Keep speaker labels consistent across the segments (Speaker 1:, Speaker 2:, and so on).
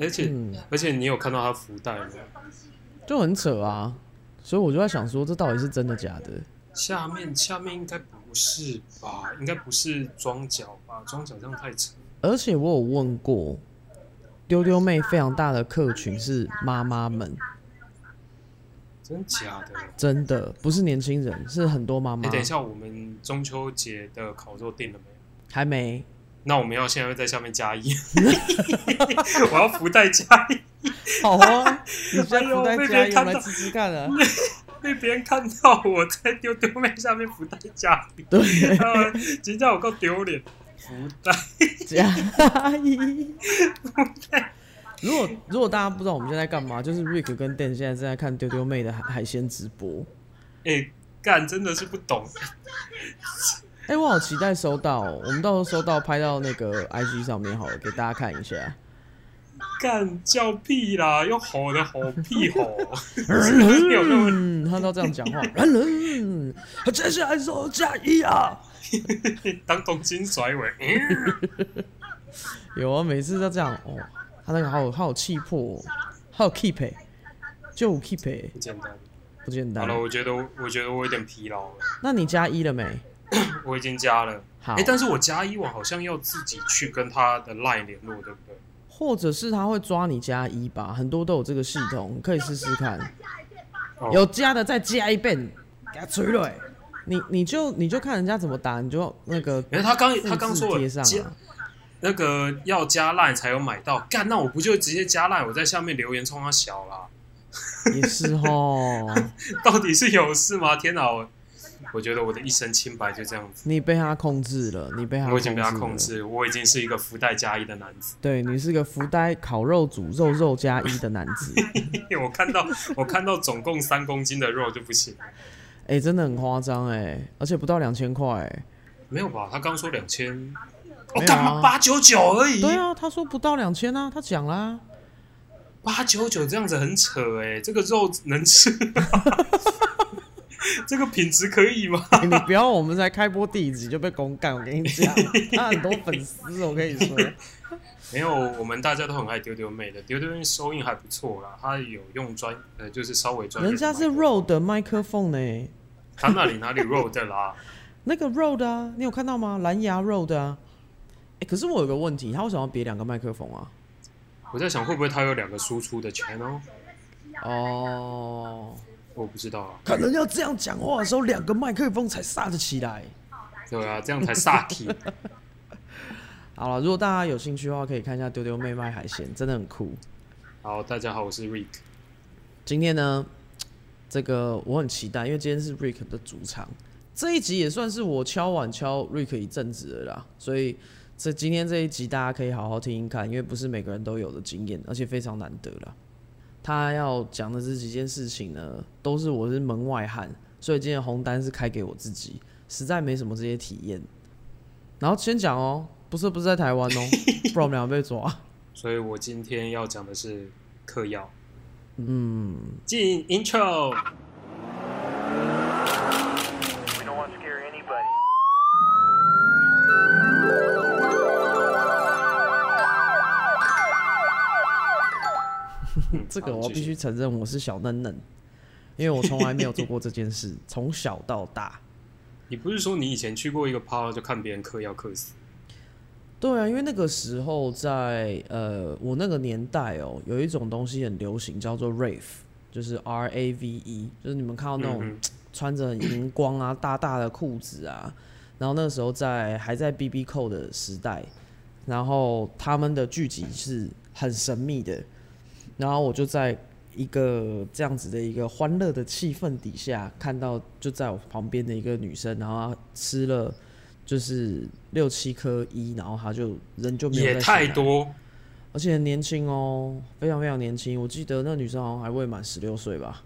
Speaker 1: 而且、
Speaker 2: 嗯
Speaker 1: 而且你有看到他福袋吗？
Speaker 2: 就很扯啊。所以我就在想说，这到底是真的假的？
Speaker 1: 下面下面应该不是吧？应该不是装脚吧？装脚这样太扯。
Speaker 2: 而且我有问过，丢丢妹非常大的客群是妈妈们，
Speaker 1: 真假的？
Speaker 2: 真的不是年轻人，是很多妈
Speaker 1: 哎、
Speaker 2: 妈。
Speaker 1: 等一下，我们中秋节的烤肉定了没有？
Speaker 2: 还没，
Speaker 1: 那我们要现在在下面加一， 我要福袋加一，
Speaker 2: 好啊，你现在
Speaker 1: 哎呦
Speaker 2: 不在
Speaker 1: 被别
Speaker 2: 家
Speaker 1: 人看
Speaker 2: 里，我们
Speaker 1: 到
Speaker 2: 来吃吃看啊。
Speaker 1: 被别人看到我在丢丢妹下面福袋加一，
Speaker 2: 对，
Speaker 1: 呃，今天我够丢脸，福袋
Speaker 2: 加一。如果如果大家不知道我们现在在干嘛，就是 Rick 跟 Dan 现在正在看丢丢妹的海海鲜直播。
Speaker 1: 哎。干真的是不懂，
Speaker 2: 哎、我好期待收到哦、我们到时候收到拍到那个 IG 上面好了，给大家看 一下。
Speaker 1: 干叫屁啦，用吼的吼屁吼， 有那么
Speaker 2: 嗯，他都这样讲 话。嗯，接下来收加一啊！
Speaker 1: 当东京甩尾？嗯
Speaker 2: 有啊，每次都这样哦。他那个好有好有气魄、哦，好有 keep，、欸、就有 keep、欸、
Speaker 1: 不简单。
Speaker 2: 不简
Speaker 1: 好
Speaker 2: 单
Speaker 1: 了，。我觉得我我觉得我有点疲劳了，
Speaker 2: 那你加一了没？
Speaker 1: 我已经加了。
Speaker 2: 好
Speaker 1: 哎、，但是我加一，我好像要自己去跟他的 LINE 联络，对不对？
Speaker 2: 或者是他会抓你加一吧，很多都有这个系统，可以试试看。
Speaker 1: 哦
Speaker 2: 有加的再加一遍，给他锤了欸、你你就你就看人家怎么打，你就那个
Speaker 1: 因为他刚他刚
Speaker 2: 复
Speaker 1: 说
Speaker 2: 制
Speaker 1: 我
Speaker 2: 贴上
Speaker 1: 加
Speaker 2: 啊。
Speaker 1: 那个要加 LINE 才有买到，干那我不就直接加 LINE，我在下面留言冲他小啦？
Speaker 2: 也是哦，
Speaker 1: 到底是有事吗？天哪，我我觉得我的一身清白就这样子，
Speaker 2: 你被他控制了，你被他
Speaker 1: 我已经被他控
Speaker 2: 控制了。
Speaker 1: 制，我已经是一个福袋加一的男子。
Speaker 2: 对你是个福袋烤肉煮肉肉加一的男 子，
Speaker 1: 我看到我看到总共三公斤的肉就不行了，
Speaker 2: 哎、真的很夸张哎，而且不到两千块哎。
Speaker 1: 没有吧？他刚说两千，我
Speaker 2: 没有啊
Speaker 1: 干嘛八九九而已？
Speaker 2: 对啊，他说不到两千啊，他讲啦。
Speaker 1: 八九九这样子很扯哎、这个肉能吃吗？ 这个品质可以吗？
Speaker 2: 欸你不要，我们才开播第一集就被公干，我跟你讲，他很多粉丝，我跟你 说，
Speaker 1: 没有，我们大家都很爱丢丢妹的，丢丢妹收音还不错啦，她有用专呃，就是稍微专业的麦
Speaker 2: 人
Speaker 1: 克
Speaker 2: 家
Speaker 1: 风。
Speaker 2: 是 Rode 麦克风呢，
Speaker 1: 她那里哪里 road 的啦？
Speaker 2: 那个 Rode 啊，你有看到吗？蓝牙 Rode 啊。哎、可是我有个问题，他为什么要别两个麦克风啊？
Speaker 1: 我在想会不会她有两个输出的 channel，
Speaker 2: 哦，
Speaker 1: 我不知道啊。
Speaker 2: 可能要这样讲话的时候，两个麦克风才煞得起来。
Speaker 1: 对啊，这样才煞气。
Speaker 2: 好了，如果大家有兴趣的话，可以看一下丢丢妹卖海鲜，真的很酷。
Speaker 1: 好，大家好，我是 Rick。
Speaker 2: 今天呢，这个我很期待，因为今天是 Rick 的主场，这一集也算是我敲碗敲 Rick 一阵子了啦，所以这今天这一集大家可以好好听听看，因为不是每个人都有的经验，而且非常难得啦。他要讲的这几件事情呢，都是我是门外汉，所以今天的红单是开给我自己，实在没什么这些体验。然后先讲哦，不是不是在台湾哦，不然我们俩被抓。
Speaker 1: 所以我今天要讲的是嗑药。嗯，进 intro。
Speaker 3: We don't want to scare anybody.
Speaker 1: 嗯
Speaker 2: 这个
Speaker 1: 好
Speaker 2: 我
Speaker 1: 继
Speaker 2: 必
Speaker 1: 续
Speaker 2: 须承认，我是小嫩嫩，因为我从来没有做过这 件事，从小到大。
Speaker 1: 你不是说你以前去过一个趴就看别人嗑药嗑死？
Speaker 2: 对啊，因为那个时候在呃我那个年代哦，有一种东西很流行，叫做 rave，就是 R A V E，就是你们看到那种
Speaker 1: 嗯
Speaker 2: 穿着很荧光啊、大大的裤子啊，然后那个时候在还在 B B 扣的时代，然后他们的剧集是很神秘的，然后我就在一个这样子的一个欢乐的气氛底下，看到就在我旁边的一个女生，然后她吃了就是六七颗一，然后她就人就没有
Speaker 1: 也
Speaker 2: 再醒
Speaker 1: 太
Speaker 2: 来，
Speaker 1: 多。
Speaker 2: 而且很年轻哦，非常非常年轻，我记得那女生好像还未满十六岁吧。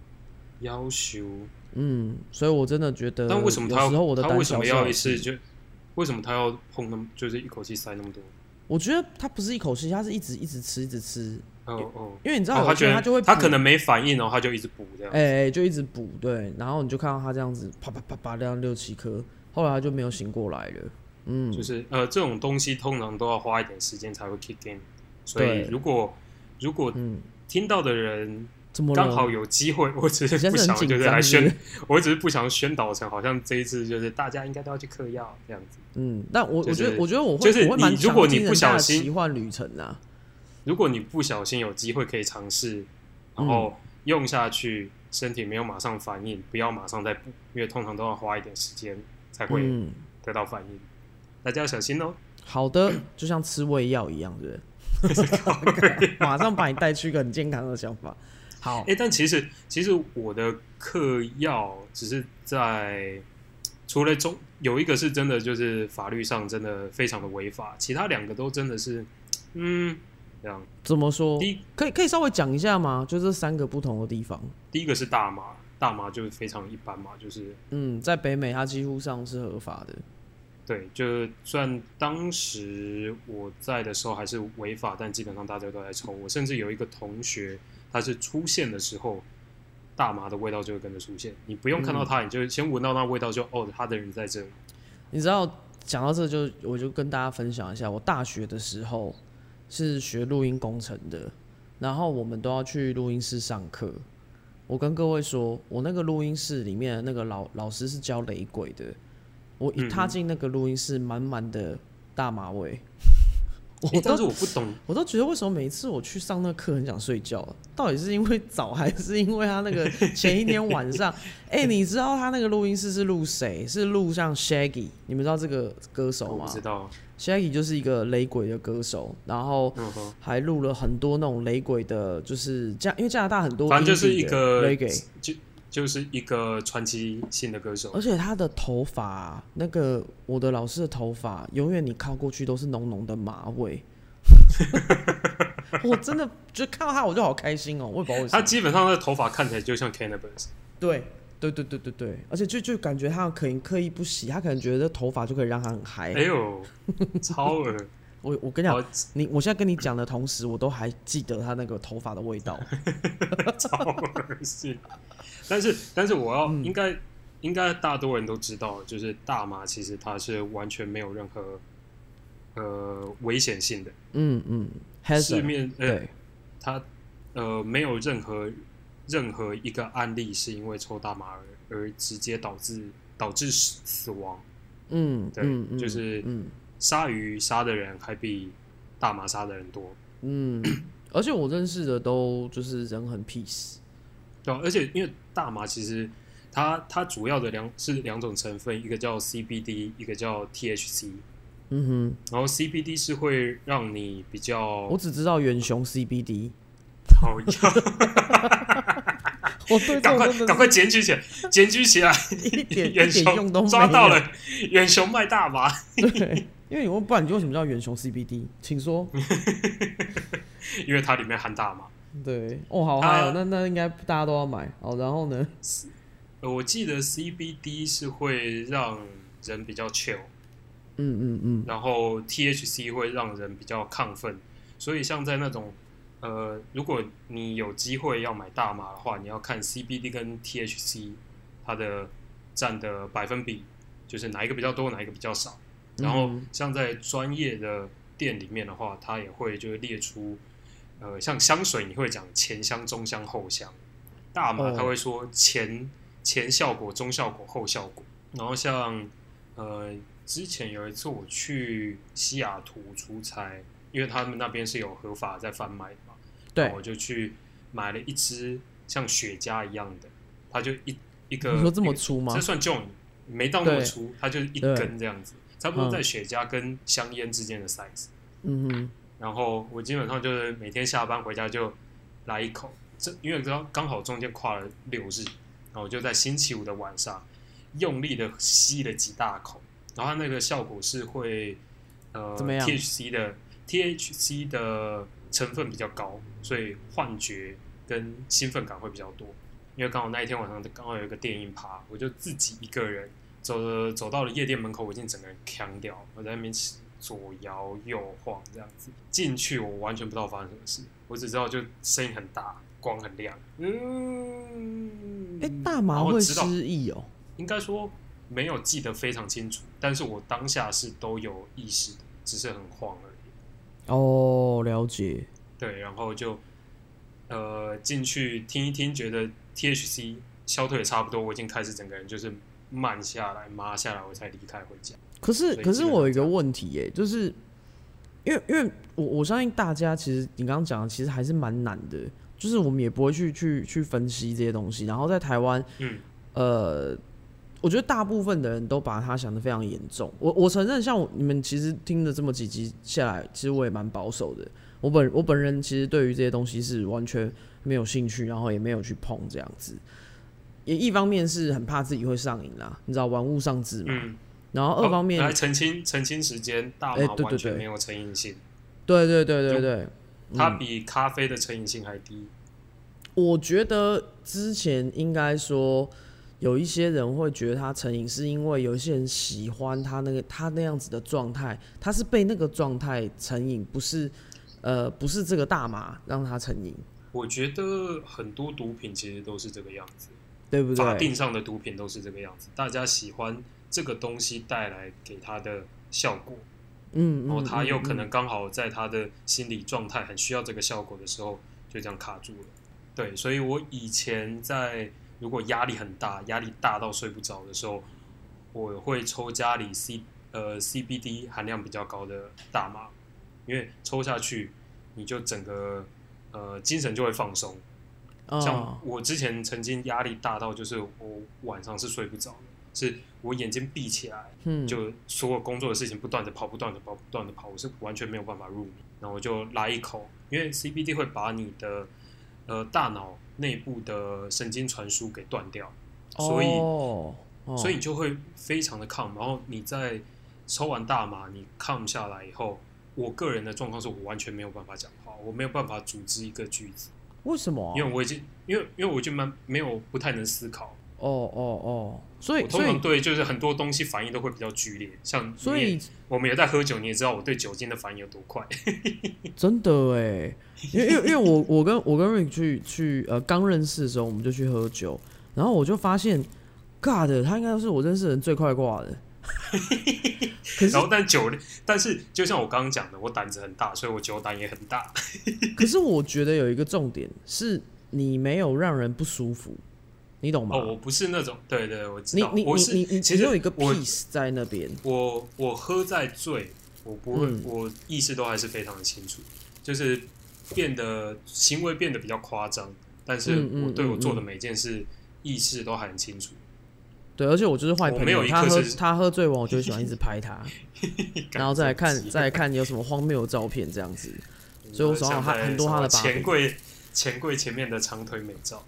Speaker 1: 要求，
Speaker 2: 嗯，所以我真的觉得，
Speaker 1: 但为什么他
Speaker 2: 呃有时候我
Speaker 1: 要
Speaker 2: 的
Speaker 1: 他
Speaker 2: 胆
Speaker 1: 为什
Speaker 2: 小
Speaker 1: 么
Speaker 2: 是好
Speaker 1: 要一次
Speaker 2: 事？
Speaker 1: 就为什么他要碰那么就是一口气塞那么多？
Speaker 2: 我觉得他不是一口气，他是一直一直吃，一直吃，
Speaker 1: 哦哦，
Speaker 2: 因为你知道
Speaker 1: 哦，
Speaker 2: 有
Speaker 1: 他
Speaker 2: 些
Speaker 1: 觉
Speaker 2: 人
Speaker 1: 得
Speaker 2: 他就会补，
Speaker 1: 他可能没反应，然后哦他就一直补这样。
Speaker 2: 哎、哎就一直补对，然后你就看到他这样子啪啪啪啪这样六七颗，后来他就没有醒过来了。嗯，
Speaker 1: 就是呃，这种东西通常都要花一点时间才会 kick in，所以
Speaker 2: 对
Speaker 1: 如果如果
Speaker 2: 嗯，
Speaker 1: 听到的人
Speaker 2: 怎么了
Speaker 1: 刚好有机会，我只
Speaker 2: 嗯你
Speaker 1: 是
Speaker 2: 现
Speaker 1: 不
Speaker 2: 在是
Speaker 1: 想
Speaker 2: 很紧
Speaker 1: 就是
Speaker 2: 张
Speaker 1: 来
Speaker 2: 是不
Speaker 1: 宣
Speaker 2: 是，
Speaker 1: 我只是不想宣导成好像这一次就是大家应该都要去嗑药这样子。
Speaker 2: 嗯，但我、
Speaker 1: 就是
Speaker 2: 我觉得我觉得我
Speaker 1: 就
Speaker 2: 会
Speaker 1: 是
Speaker 2: 我会蛮
Speaker 1: 你如果
Speaker 2: 强
Speaker 1: 你
Speaker 2: 劲
Speaker 1: 不
Speaker 2: 人家
Speaker 1: 小
Speaker 2: 的
Speaker 1: 心
Speaker 2: 奇幻旅程啊，
Speaker 1: 如果你不小心有机会可以尝试，然后
Speaker 2: 嗯
Speaker 1: 用下去，身体没有马上反应，不要马上再补，因为通常都要花一点时间才会
Speaker 2: 嗯，
Speaker 1: 得到反应。大家要小心哦。
Speaker 2: 好的，就像吃胃药一样，对不对？ 马上把你带去一个很健康的想法。好，
Speaker 1: 哎、但其实其实我的嗑药只是在除了中有一个是真的就是法律上真的非常的违法，其他两个都真的是嗯这样。
Speaker 2: 怎么说
Speaker 1: 第一？
Speaker 2: 可以可以稍微讲一下吗？就这三个不同的地方。
Speaker 1: 第一个是大麻，大麻就是非常一般嘛，就是
Speaker 2: 嗯，在北美它几乎上是合法的。
Speaker 1: 对，就算当时我在的时候还是违法，但基本上大家都在抽。我甚至有一个同学，他是出现的时候，大麻的味道就会跟着出现。你不用看到他，你就先闻到那味道就，哦，他的人在这里。
Speaker 2: 你知道，讲到这就我就跟大家分享一下，我大学的时候是学录音工程的，然后我们都要去录音室上课。我跟各位说，我那个录音室里面的那个老老师是教雷鬼的，我一
Speaker 1: 嗯
Speaker 2: 踏进那个录音室，满满的大麻味，
Speaker 1: 诶
Speaker 2: 我
Speaker 1: 但是
Speaker 2: 都
Speaker 1: 我不懂，
Speaker 2: 我都觉得为什么每一次我去上那课很想睡觉，到底是因为早还是因为他那个前一天 晚上？哎、你知道他那个录音室是录谁？是录像 Shaggy，你们知道这个歌手
Speaker 1: 我不
Speaker 2: 吗
Speaker 1: 知道。
Speaker 2: ？Shaggy 就是一个雷鬼的歌手，然后
Speaker 1: 嗯哼，
Speaker 2: 还录了很多那种雷鬼的，就是加因为加拿大很多
Speaker 1: 反正就是
Speaker 2: indie
Speaker 1: 一
Speaker 2: 的
Speaker 1: 个
Speaker 2: 雷鬼，
Speaker 1: 就就是一个传奇性的歌手
Speaker 2: 而。且他的头发啊，那个我的老师的头发，永远你靠过去都是浓浓的麻 味。我真的就看到他，我就好开心哦、我也不知道为什
Speaker 1: 他
Speaker 2: 么。
Speaker 1: 基本上的头发看起来就像 cannabis，
Speaker 2: 对对对对对对，而且就就感觉他可能刻意不洗，他可能觉得头发就可以让他很嗨。
Speaker 1: 哎哦呦，超恶！
Speaker 2: 我我跟你讲，
Speaker 1: 好
Speaker 2: 你我现在跟你讲的同时，我都还记得他那个头发的 味道。
Speaker 1: 超恶心。但是，但是我要、应该应该大多人都知道，就是大麻其实它是完全没有任何呃危险性的，
Speaker 2: 嗯嗯 h a
Speaker 1: 市
Speaker 2: z
Speaker 1: 面呃
Speaker 2: 对，
Speaker 1: 它呃没有任何任何一个案例是因为抽大麻而而直接导致导致死死亡。
Speaker 2: 嗯
Speaker 1: 对
Speaker 2: 嗯嗯，
Speaker 1: 就是
Speaker 2: 嗯
Speaker 1: 鲨鱼杀的人还比大麻杀的人多，
Speaker 2: 嗯，而且我认识的都就是人很 peace。
Speaker 1: 对啊、而且因为大麻其实它它主要的两是两种成分，一个叫 CBD，一个叫 THC。
Speaker 2: 嗯哼。
Speaker 1: 然后 CBD 是会让你比较
Speaker 2: 我只知道远雄 CBD，
Speaker 1: 讨 厌，
Speaker 2: 我哦对这
Speaker 1: 赶
Speaker 2: 种
Speaker 1: 快
Speaker 2: 真的
Speaker 1: 赶快检举起来，检举 起来！
Speaker 2: 是一点
Speaker 1: 远
Speaker 2: 一点
Speaker 1: 雄
Speaker 2: 用都没有。
Speaker 1: 抓到，了， 远雄卖大麻，
Speaker 2: 对，因为你问不然你为什么叫远雄 CBD？请 说。
Speaker 1: 因为它里面含大麻。
Speaker 2: 对，哦，好嗨哦，
Speaker 1: 啊
Speaker 2: 那那应该大家都要买哦。然后呢，
Speaker 1: 呃我记得 CBD 是会让人比较 chill，
Speaker 2: 嗯嗯嗯，
Speaker 1: 然后 THC 会让人比较亢奋，所以像在那种呃，如果你有机会要买大麻的话，你要看 CBD 跟 THC 它的占的百分比，就是哪一个比较多，哪一个比较少。然后
Speaker 2: 嗯
Speaker 1: 像在专业的店里面的话，它也会就是列出，呃，像香水你会讲前香、中香、后香，大麻
Speaker 2: 哦
Speaker 1: 它会说前、前效果、中效果、后效果。然后像呃，之前有一次我去西雅图出差，因为他们那边是有合法在贩卖的嘛，然
Speaker 2: 对
Speaker 1: 后我，就去买了一支像雪茄一样的，它就一一个
Speaker 2: 你说这
Speaker 1: 一
Speaker 2: 么
Speaker 1: 个
Speaker 2: 粗吗
Speaker 1: 这？算 joint，没到那么
Speaker 2: 对
Speaker 1: 粗，它就是一
Speaker 2: 对
Speaker 1: 根这样子，差不多
Speaker 2: 嗯
Speaker 1: 在雪茄跟香烟之间的 size。
Speaker 2: 嗯哼，
Speaker 1: 然后我基本上就是每天下班回家就来一口，这因为刚刚好中间跨了六日，然后我就在星期五的晚上用力的吸了几大口，然后它那个效果是会呃
Speaker 2: 怎么样
Speaker 1: THC 的 THC 的成分比较高，所以幻觉跟兴奋感会比较多。因为刚好那一天晚上刚好有一个电影趴，我就自己一个人走走走到了夜店门口，我已经整个人扛掉，我在那边左摇右晃这样子。进去我完全不知道发生什么事，我只知道就声音很大，光很亮。嗯，
Speaker 2: 哎，大麻
Speaker 1: 然后
Speaker 2: 会
Speaker 1: 知道
Speaker 2: 失忆哦。
Speaker 1: 应该说没有记得非常清楚，但是我当下是都有意识的，只是很晃而已。
Speaker 2: 哦，了解。
Speaker 1: 对，然后就呃进去听一听，觉得 THC 消退也差不多，我已经开始整个人就是慢下来、麻下来，我才离开回家。
Speaker 2: 可是，
Speaker 1: 所以
Speaker 2: 可
Speaker 1: 基
Speaker 2: 是
Speaker 1: 本
Speaker 2: 我
Speaker 1: 上
Speaker 2: 有一
Speaker 1: 这
Speaker 2: 个
Speaker 1: 样
Speaker 2: 问题耶、就是因为因为我我相信大家其实你刚刚讲的其实还是蛮难的，就是我们也不会去去去分析这些东西。然后在台湾，
Speaker 1: 嗯，
Speaker 2: 呃，我觉得大部分的人都把它想得非常严重。我我承认，像我你们其实听了这么几集下来，其实我也蛮保守的。我本我本人其实对于这些东西是完全没有兴趣，然后也没有去碰这样子。也一方面是很怕自己会上瘾啦，你知道玩物丧志嘛。
Speaker 1: 嗯，
Speaker 2: 然后二方面
Speaker 1: 哦、来澄清澄清时间，大
Speaker 2: 哎
Speaker 1: 麻
Speaker 2: 对对
Speaker 1: 完全
Speaker 2: 对嗯
Speaker 1: 没有成瘾性，
Speaker 2: 对对对对
Speaker 1: 就
Speaker 2: 对，
Speaker 1: 它比咖啡的成瘾性还低。
Speaker 2: 我觉得之前应该说有一些人会觉得他成瘾，是因为有一些人喜欢他那个他那样子的状态，他是被那个状态成瘾，不是呃不是这个大麻让他成瘾，
Speaker 1: 我觉得很多毒品其实都是这个样子，
Speaker 2: 对不
Speaker 1: 法
Speaker 2: 对
Speaker 1: 定？上的毒品都是这个样子，大家喜欢这个东西带来给他的效果，
Speaker 2: 嗯，
Speaker 1: 然后
Speaker 2: 嗯
Speaker 1: 哦他
Speaker 2: 嗯
Speaker 1: 又可
Speaker 2: 嗯
Speaker 1: 能刚好在他的心理状态很需要这个效果的时候，就这样卡住了。对，所以我以前在如果压力很大，压力大到睡不着的时候，我会抽家里 C 呃 CBD 含量比较高的大麻，因为抽下去你就整个呃精神就会放松。像
Speaker 2: 哦
Speaker 1: 我之前曾经压力大到，就是我晚上是睡不着的，是我眼睛闭起来，
Speaker 2: 嗯
Speaker 1: 就所有工作的事情不断的跑，不断的跑，不断的跑，我是完全没有办法入眠。然后我就来一口，因为 CBD 会把你的呃大脑内部的神经传输给断掉，所以
Speaker 2: 哦哦
Speaker 1: 所以你就会非常的 calm。然后你在抽完大麻，你 calm 下来以后，我个人的状况是我完全没有办法讲话，我没有办法组织一个句子。
Speaker 2: 为什么啊？
Speaker 1: 因为我已经，因为因为我就蛮没有不太能思考，
Speaker 2: 哦哦哦，所
Speaker 1: 我
Speaker 2: 以
Speaker 1: 通
Speaker 2: 所
Speaker 1: 常
Speaker 2: 以
Speaker 1: 对就是很多东西反应都会比较剧烈，像你
Speaker 2: 所
Speaker 1: 也
Speaker 2: 以
Speaker 1: 我们有在喝酒，你也知道我对酒精的反应有多 快，
Speaker 2: 真的哎，因为因 为因为我我跟我跟 Rick 去去呃刚认识的时候，我们就去喝酒，然后我就发现，God，他应该是我认识的人最快挂 的。可是
Speaker 1: 然后但酒，但是就像我刚刚讲的，我胆子很大，所以我酒胆也很大，
Speaker 2: 可是我觉得有一个重点是，你没有让人不舒服，你懂吗？
Speaker 1: 哦，我不是那种，对对，我知
Speaker 2: 你
Speaker 1: 道，
Speaker 2: 你
Speaker 1: 我
Speaker 2: 你
Speaker 1: 是
Speaker 2: 你你
Speaker 1: 其
Speaker 2: 你
Speaker 1: 实
Speaker 2: 有一个
Speaker 1: 我
Speaker 2: peace 在那边，
Speaker 1: 我我喝在醉，我不会，
Speaker 2: 嗯
Speaker 1: 我意识都还是非常的清楚，就是变得行为变得比较夸张，但是
Speaker 2: 嗯嗯
Speaker 1: 我对我
Speaker 2: 嗯
Speaker 1: 做的
Speaker 2: 嗯
Speaker 1: 每件事意识都还很清楚。
Speaker 2: 对，而且我就是坏朋
Speaker 1: 我没有
Speaker 2: 友，
Speaker 1: 一
Speaker 2: 他
Speaker 1: 刻
Speaker 2: 喝
Speaker 1: 是
Speaker 2: 他喝醉完，我就会喜欢一 直拍他，然后再来看再来看有什么荒谬的照片这样子。所以我手上有他很多他的把柄
Speaker 1: 钱柜钱柜前面的长腿美照，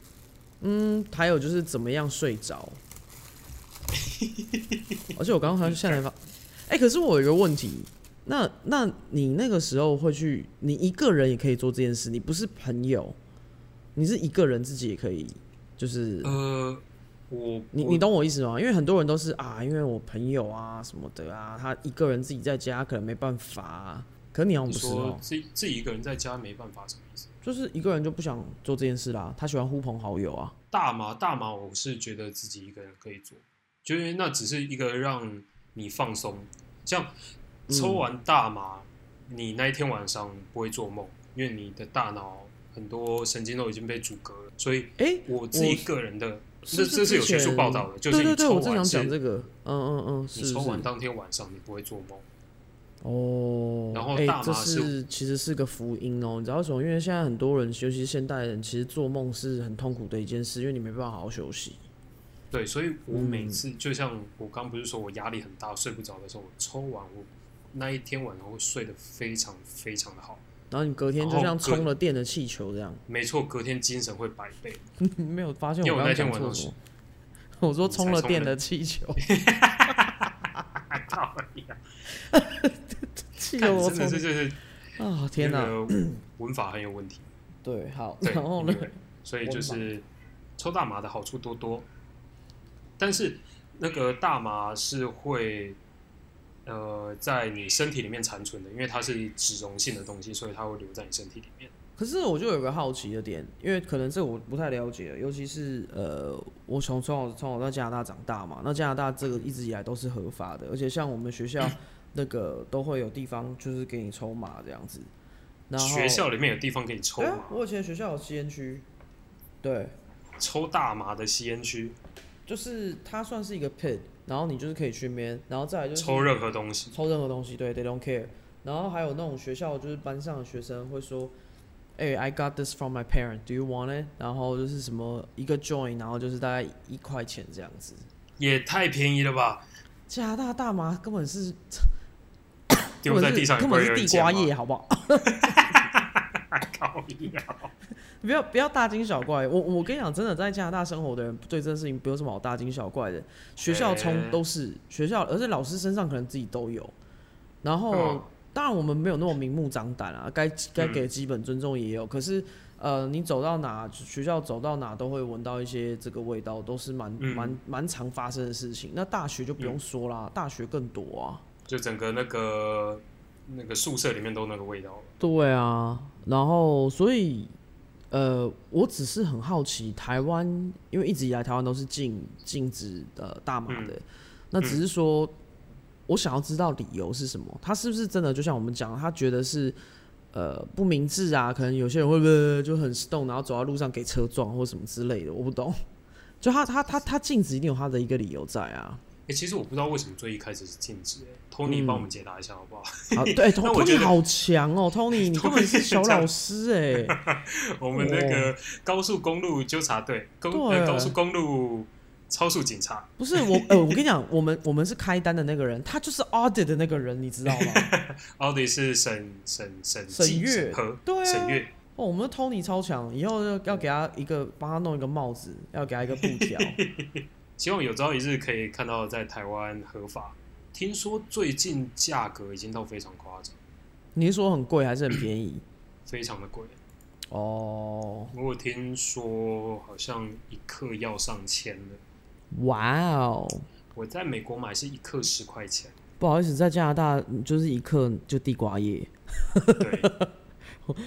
Speaker 2: 嗯，还有就是怎么样睡着。 而且我刚刚下来发，哎、可是我有一个问题，那那你那个时候会去，你一个人也可以做这件事，你不是朋友，你是一个人自己也可以，就是、
Speaker 1: 呃，我
Speaker 2: 你
Speaker 1: 我
Speaker 2: 你懂我意思吗？因为很多人都是啊，因为我朋友啊什么的啊，他一个人自己在家可能没办法、啊，可你好像
Speaker 1: 你
Speaker 2: 不是哦
Speaker 1: 说，自己自己一个人在家没办法什么意思？
Speaker 2: 就是一个人就不想做这件事啦，他喜欢呼朋好友啊，
Speaker 1: 大麻大麻，我是觉得自己一个人可以做，就是那只是一个让你放松，像
Speaker 2: 嗯
Speaker 1: 抽完大麻，你那一天晚上不会做梦，因为你的大脑很多神经都已经被阻隔了，所以
Speaker 2: 哎、
Speaker 1: 我自己
Speaker 2: 我
Speaker 1: 个人的，这
Speaker 2: 是
Speaker 1: 这是有学术报道的，就是
Speaker 2: 对
Speaker 1: 你
Speaker 2: 对对，
Speaker 1: 抽
Speaker 2: 我正
Speaker 1: 完
Speaker 2: 想
Speaker 1: 是
Speaker 2: 讲这个，嗯嗯嗯，是
Speaker 1: 你抽完
Speaker 2: 是
Speaker 1: 当天晚上你不会做梦。
Speaker 2: 哦，
Speaker 1: 然后
Speaker 2: 哎
Speaker 1: 大
Speaker 2: 这
Speaker 1: 麻是
Speaker 2: 是其实是个福音哦，你知道为什么？因为现在很多人，尤其是现代人，其实做梦是很痛苦的一件事，因为你没办法好好休息。
Speaker 1: 对，所以我每
Speaker 2: 嗯
Speaker 1: 次、就像我刚不是说我压力很大睡不着的时候，我抽完我那一天晚上会睡得非常非常的好，
Speaker 2: 然后你隔天就
Speaker 1: 然后
Speaker 2: 像
Speaker 1: 隔
Speaker 2: 充了电的气球这样，
Speaker 1: 没错，隔天精神会百 倍。
Speaker 2: 你 没有发现
Speaker 1: 因为
Speaker 2: 我
Speaker 1: 我那
Speaker 2: 刚刚
Speaker 1: 天
Speaker 2: 讲
Speaker 1: 晚
Speaker 2: 错
Speaker 1: 上
Speaker 2: 什
Speaker 1: 是
Speaker 2: 么？我说
Speaker 1: 你才
Speaker 2: 充了
Speaker 1: 充
Speaker 2: 电
Speaker 1: 了
Speaker 2: 的 气球，
Speaker 1: 道理啊，
Speaker 2: 气球
Speaker 1: 看
Speaker 2: 哦我
Speaker 1: 真
Speaker 2: 充
Speaker 1: 的是就是
Speaker 2: 啊！
Speaker 1: 那
Speaker 2: 天哪，
Speaker 1: 个 文法很有问题。
Speaker 2: 对，好，
Speaker 1: 对，
Speaker 2: 然后呢？
Speaker 1: 对所以
Speaker 2: 文
Speaker 1: 就
Speaker 2: 法
Speaker 1: 是抽大麻的好处多多，但是那个大麻是会呃在你身体里面残存的，因为它是脂溶性的东西，所以它会留在你身体里面。
Speaker 2: 可是我就有个好奇的点，因为可能这我不太了解，尤其是呃，我从从小从小到加拿大长大嘛，那加拿大这个一直以来都是合法的，而且像我们学校那个都会有地方就是给你抽麻这样子。然后
Speaker 1: 学校里面有地方可以抽
Speaker 2: 对啊
Speaker 1: 嘛，，
Speaker 2: 我以前学校有吸烟区，对，
Speaker 1: 抽大麻的吸烟区，
Speaker 2: 就是它算是一个 pit，然后你就是可以去那边，然后再来就是
Speaker 1: 抽任何东西。
Speaker 2: 抽任何东西，对，they don't care。然后还有那种学校就是班上的学生会说，哎、i got this from my parent, do you want it？然后就是什么一个 join，然后就是大概一块钱这样子。
Speaker 1: 也太便宜了吧！
Speaker 2: 加拿大大麻根本是根
Speaker 1: 丢
Speaker 2: 本
Speaker 1: 在
Speaker 2: 是
Speaker 1: 地上也
Speaker 2: 根
Speaker 1: 不会
Speaker 2: 本
Speaker 1: 有
Speaker 2: 是
Speaker 1: 人
Speaker 2: 地
Speaker 1: 捡
Speaker 2: 瓜
Speaker 1: 吗？
Speaker 2: 叶，好不好？
Speaker 1: 靠腰
Speaker 2: 不要不要大惊小怪。我我跟你讲，真的在加拿大生活的人，对这件事情不有什么好大惊小怪的。学校
Speaker 1: 欸
Speaker 2: 冲都是学校，而且老师身上可能自己都有。然后、
Speaker 1: 嗯
Speaker 2: 当然我们没有那么明目张胆啊，该该给基本尊重也有。可是呃，你走到哪，学校走到哪都会闻到一些这个味道，都是蛮
Speaker 1: 嗯
Speaker 2: 蛮蛮常发生的事情。那大学就不用说啦，大学更多啊。
Speaker 1: 就整个那个那个宿舍里面都那个味道了。
Speaker 2: 对啊，然后所以呃，我只是很好奇，台湾因为一直以来台湾都是禁禁止呃大麻
Speaker 1: 嗯
Speaker 2: 的，那只是说、我想要知道理由是什么，他是不是真的就像我们讲的，他觉得是。呃，不明智啊，可能有些人会不会就很 stone，然后走到路上给车撞或什么之类的，我不懂。 就他他他他禁止一定有他的一个理由在啊。
Speaker 1: 哎、其实我不知道为什么最一开始是禁止、欸。Tony
Speaker 2: 嗯
Speaker 1: 帮我们解答一下好不好？
Speaker 2: 啊，对
Speaker 1: 那我觉
Speaker 2: ，Tony
Speaker 1: 得
Speaker 2: 好强哦，Tony 你根本是小
Speaker 1: 这样
Speaker 2: 老师哎、
Speaker 1: 我们那个高速公路纠察队，公呃
Speaker 2: 哦对
Speaker 1: 高速公路超速警察，
Speaker 2: 不是我，呃，我跟你讲，我们我们是开单的那个人，他就是 audit 的那个人，你知道吗？
Speaker 1: 奥迪是审审审
Speaker 2: 审
Speaker 1: 计
Speaker 2: 阅
Speaker 1: 审核
Speaker 2: 对啊
Speaker 1: 审阅，
Speaker 2: 哦，我们的 Tony 超强，以后要要给他一个，帮他弄一个帽子，要给他一个布条。
Speaker 1: 希望有朝一日可以看到在台湾合法。听说最近价格已经到非常夸张，
Speaker 2: 你是说很贵还是很便宜？
Speaker 1: 非常的贵。
Speaker 2: 哦，
Speaker 1: 我有听说好像一克要上千了。
Speaker 2: 哇哦！
Speaker 1: 我在美国买是一克十块钱，
Speaker 2: 不好意思，在加拿大嗯就是一克就地瓜叶。
Speaker 1: 对，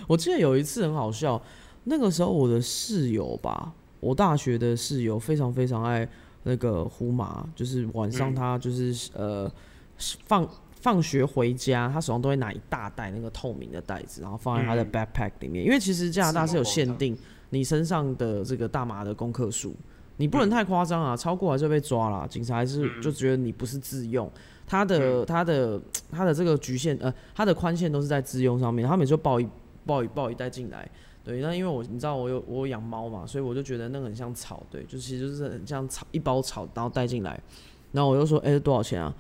Speaker 2: 我记得有一次很好笑，那个时候我的室友吧，我大学的室友非常非常爱那个胡麻，就是晚上
Speaker 1: 嗯
Speaker 2: 他就是、呃放放学回家，他手上都会拿一大袋那个透明的袋子，然后放在他的
Speaker 1: 嗯
Speaker 2: backpack 里面，因为其实加拿大是有
Speaker 1: 是
Speaker 2: 限
Speaker 1: 吗
Speaker 2: 定你身上的这个大麻的功课数。你不能太夸张啊，超过还是会被抓啦。警察还是
Speaker 1: 嗯
Speaker 2: 就觉得你不是自用，他的他的他的这个局限呃，他的宽限都是在自用上面，他们就抱一抱一抱一袋进来。对，那因为我你知道我有我有养猫嘛，所以我就觉得那个很像草，对，就其实就是很像草一包草，然后带进来，然后我就说，哎、多少钱啊？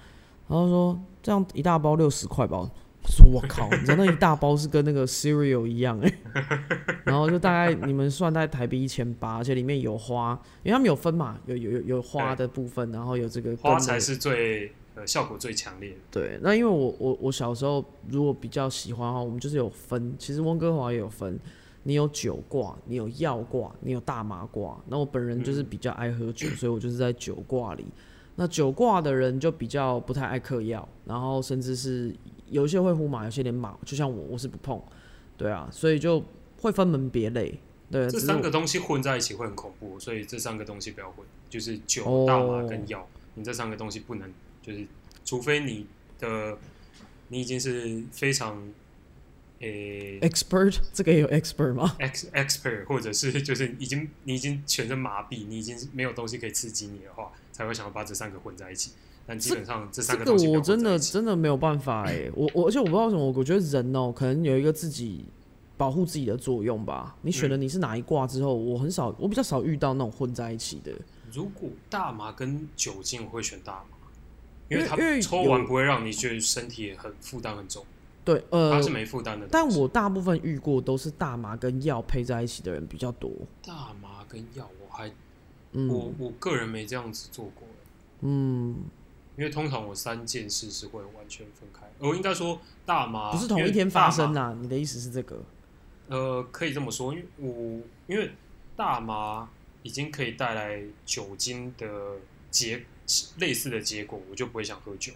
Speaker 2: 然后说这样一大包六十块吧。我说我靠，你知道那一大包是跟那个 cereal 一样哎、 然后就大概你们算大概台币一千八，而且里面有花，因为他们有分嘛，有有有有花的部分，然后有这个
Speaker 1: 花
Speaker 2: 根的
Speaker 1: 才是最呃效果最强烈的。
Speaker 2: 对，那因为我我我小时候如果比较喜欢的话，我们就是有分，其实温哥华也有分，你有酒挂，你有药挂，你有大麻挂。那我本人
Speaker 1: 嗯
Speaker 2: 就是比较爱喝酒，所以我就是在酒挂里。那酒挂的人就比较不太爱嗑药，然后甚至是有一些会呼麻，有些连麻，就像我，我是不碰。对啊，所以就会分门别类。对，
Speaker 1: 这
Speaker 2: 只是
Speaker 1: 三
Speaker 2: 我
Speaker 1: 个东西混在一起会很恐怖，所以这三个东西不要混，就是酒、
Speaker 2: 哦
Speaker 1: 大麻跟药，你这三个东西不能，就是除非你的你已经是非常诶、
Speaker 2: expert 这个也有 expert 吗？
Speaker 1: ex expert，或者是就是已经你已经全身麻痹，你已经没有东西可以刺激你的话，才会想要把这三个混在一起。但基本上这
Speaker 2: 这
Speaker 1: 三
Speaker 2: 个
Speaker 1: 东西不
Speaker 2: 我
Speaker 1: 要混
Speaker 2: 真
Speaker 1: 在
Speaker 2: 的
Speaker 1: 一起
Speaker 2: 真的没有办法哎、我我而且我不知道为什么，我觉得人哦、可能有一个自己保护自己的作用吧。你选了
Speaker 1: 嗯
Speaker 2: 你是哪一卦之后，我很少，我比较少遇到那种混在一起的。
Speaker 1: 如果大麻跟酒精，我会选大麻，因
Speaker 2: 因为
Speaker 1: 为它
Speaker 2: 因为
Speaker 1: 抽
Speaker 2: 有
Speaker 1: 完不会让你觉得身体很负担很重，
Speaker 2: 对，
Speaker 1: 啊
Speaker 2: 呃
Speaker 1: 它，是没负担的东
Speaker 2: 但
Speaker 1: 西。
Speaker 2: 我大部分遇过都是大麻跟药配在一起的人比较多。
Speaker 1: 大麻跟药，我还
Speaker 2: 嗯
Speaker 1: 我我个人没这样子做过，
Speaker 2: 嗯，
Speaker 1: 因为通常我三件事是会完全分开。我应该说大麻
Speaker 2: 不是同一天发生
Speaker 1: 的。
Speaker 2: 啦。你的意思是这个？
Speaker 1: 呃，可以这么说，因为我因为大麻已经可以带来酒精的结类似的结果，我就不会想喝酒。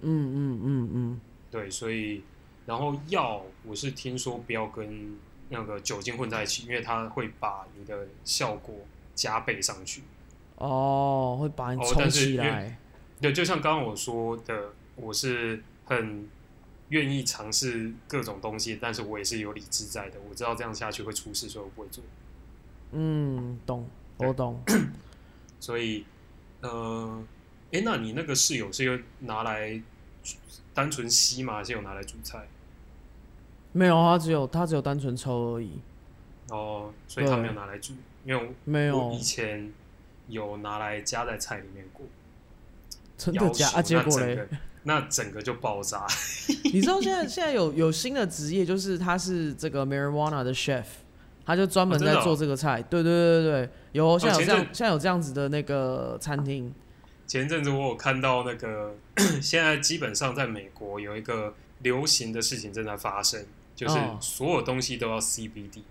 Speaker 2: 嗯嗯嗯嗯，
Speaker 1: 对，所以然后药我是听说不要跟那个酒精混在一起，因为它会把你的效果加倍上去。
Speaker 2: 哦，会把你
Speaker 1: 哦
Speaker 2: 抽
Speaker 1: 但是
Speaker 2: 起
Speaker 1: 因为
Speaker 2: 来。
Speaker 1: 对，就像刚刚我说的，我是很愿意尝试各种东西，但是我也是有理智在的，我知道这样下去会出事，所以我不会做。
Speaker 2: 嗯，懂，我
Speaker 1: 对
Speaker 2: 懂。
Speaker 1: 所以，呃，哎，那你那个室友是有拿来单纯吸吗？还是有拿来煮菜？
Speaker 2: 没有，他只有他只有单纯抽而已，
Speaker 1: 哦，所以他
Speaker 2: 对
Speaker 1: 没有拿来煮，因为
Speaker 2: 没
Speaker 1: 我我
Speaker 2: 有
Speaker 1: 以，前有拿来加在菜里面过，
Speaker 2: 真的
Speaker 1: 要
Speaker 2: 假
Speaker 1: 求
Speaker 2: 啊？结
Speaker 1: 那
Speaker 2: 果
Speaker 1: 整
Speaker 2: 嘞
Speaker 1: 个，那整个就爆炸。
Speaker 2: 你知道现在现在有有新的职业，就是他是这个 marijuana 的 chef，他就专门
Speaker 1: 哦真
Speaker 2: 在
Speaker 1: 的哦
Speaker 2: 做这个菜。对对对对对，有现在有
Speaker 1: 前
Speaker 2: 这样
Speaker 1: 阵
Speaker 2: 现在有这样子的那个餐厅，
Speaker 1: 前阵子我有看到那个， 现在基本上在美国有一个流行的事情正在发生，就是
Speaker 2: 哦
Speaker 1: 所有东西都要 CBD，、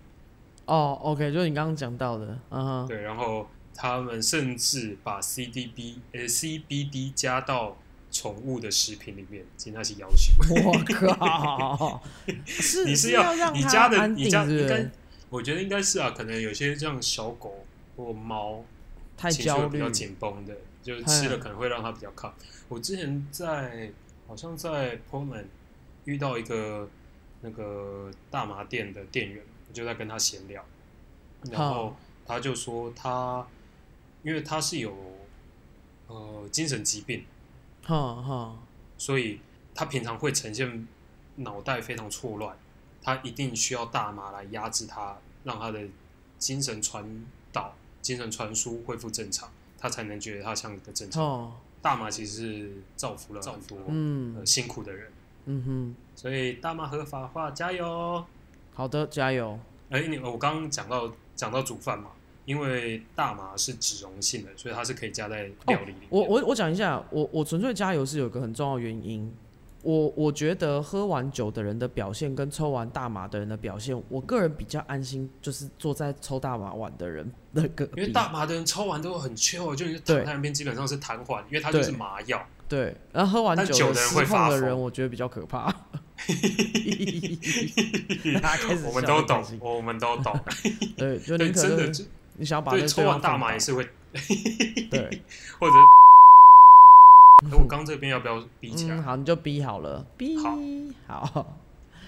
Speaker 2: 哦，OK，就是你刚刚讲到的，嗯哼，
Speaker 1: 对，然后他们甚至把 CDB 呃 CBD 加到宠物的食品里面，其实那是要求。
Speaker 2: 我靠，是
Speaker 1: 你是
Speaker 2: 要
Speaker 1: 要
Speaker 2: 让
Speaker 1: 你
Speaker 2: 它
Speaker 1: 家的
Speaker 2: 安
Speaker 1: 你
Speaker 2: 定，
Speaker 1: 家
Speaker 2: 是不
Speaker 1: 应该
Speaker 2: 是？，
Speaker 1: 我觉得应该是啊，可能有些像小狗或猫，
Speaker 2: 太
Speaker 1: 情绪会
Speaker 2: 焦
Speaker 1: 比
Speaker 2: 虑
Speaker 1: 较，紧绷的，就是吃
Speaker 2: 哎
Speaker 1: 了可能会让它比较亢。我之前在好像在 Portland 遇到一个那个大麻店的店员，我就在跟他闲聊，然后
Speaker 2: 好
Speaker 1: 他就说他，因为他是有呃精神疾病，
Speaker 2: 哈哈，
Speaker 1: 所以他平常会呈现脑袋非常错乱，他一定需要大麻来压制他，让他的精神传导、精神传输恢复正常，他才能觉得他像一个正常。
Speaker 2: 哦，
Speaker 1: 大麻其实是造福了很多、
Speaker 2: 嗯
Speaker 1: 呃辛苦的人，
Speaker 2: 嗯哼，
Speaker 1: 所以大麻合法化，加油！
Speaker 2: 好的，加油。
Speaker 1: 哎，你我刚刚讲到讲到煮饭嘛，因为大麻是脂溶性的，所以它是可以加在料理里面。
Speaker 2: 哦我我我讲一下，我我纯粹加油是有个很重要的原因。我我觉得喝完酒的人的表现跟抽完大麻的人的表现，我个人比较安心，就是坐在抽大麻碗的人那个比，
Speaker 1: 因为大麻的人抽完都很 chill，就是躺在那边基本上是瘫痪，因为它就是
Speaker 2: 对
Speaker 1: 麻药。
Speaker 2: 对，然后喝完
Speaker 1: 但酒
Speaker 2: 的
Speaker 1: 的人
Speaker 2: 失
Speaker 1: 会发
Speaker 2: 控的人，
Speaker 1: 疯
Speaker 2: 我觉得比较可怕。 大家开始
Speaker 1: 我们
Speaker 2: 笑
Speaker 1: 都
Speaker 2: 得开
Speaker 1: 懂
Speaker 2: 心，
Speaker 1: 我们都懂。
Speaker 2: 对， 就
Speaker 1: 对，
Speaker 2: 你可
Speaker 1: 真的
Speaker 2: 能
Speaker 1: 就
Speaker 2: 你想要把那
Speaker 1: 对，
Speaker 2: 个
Speaker 1: 抽
Speaker 2: 方
Speaker 1: 完大
Speaker 2: 放嗯
Speaker 1: 麻
Speaker 2: 倒
Speaker 1: 也是会，
Speaker 2: 对，
Speaker 1: 或者哎我刚这边要不要比起
Speaker 2: 嗯，
Speaker 1: 来？
Speaker 2: 好，你就逼好了，逼好，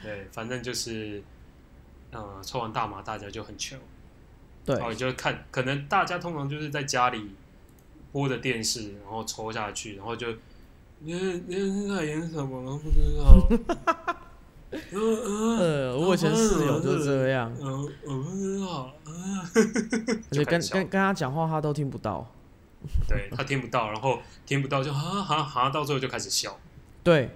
Speaker 1: 对，反正就是，呃，抽完大麻大家就很 chill，
Speaker 2: 对
Speaker 1: 然，后就看，可能大家通常就是在家里播着电视，然后抽下去，然后就，你你在演什么？我不知道。 嗯嗯
Speaker 2: 呃，我以前室友就是这样，
Speaker 1: 嗯，我不知道。嗯，
Speaker 2: 而且
Speaker 1: 就开
Speaker 2: 跟
Speaker 1: 始笑
Speaker 2: 跟跟他讲话，他都听不到。
Speaker 1: 对他听不到，然后听不到就哈哈哈，到最后就开始笑。
Speaker 2: 对，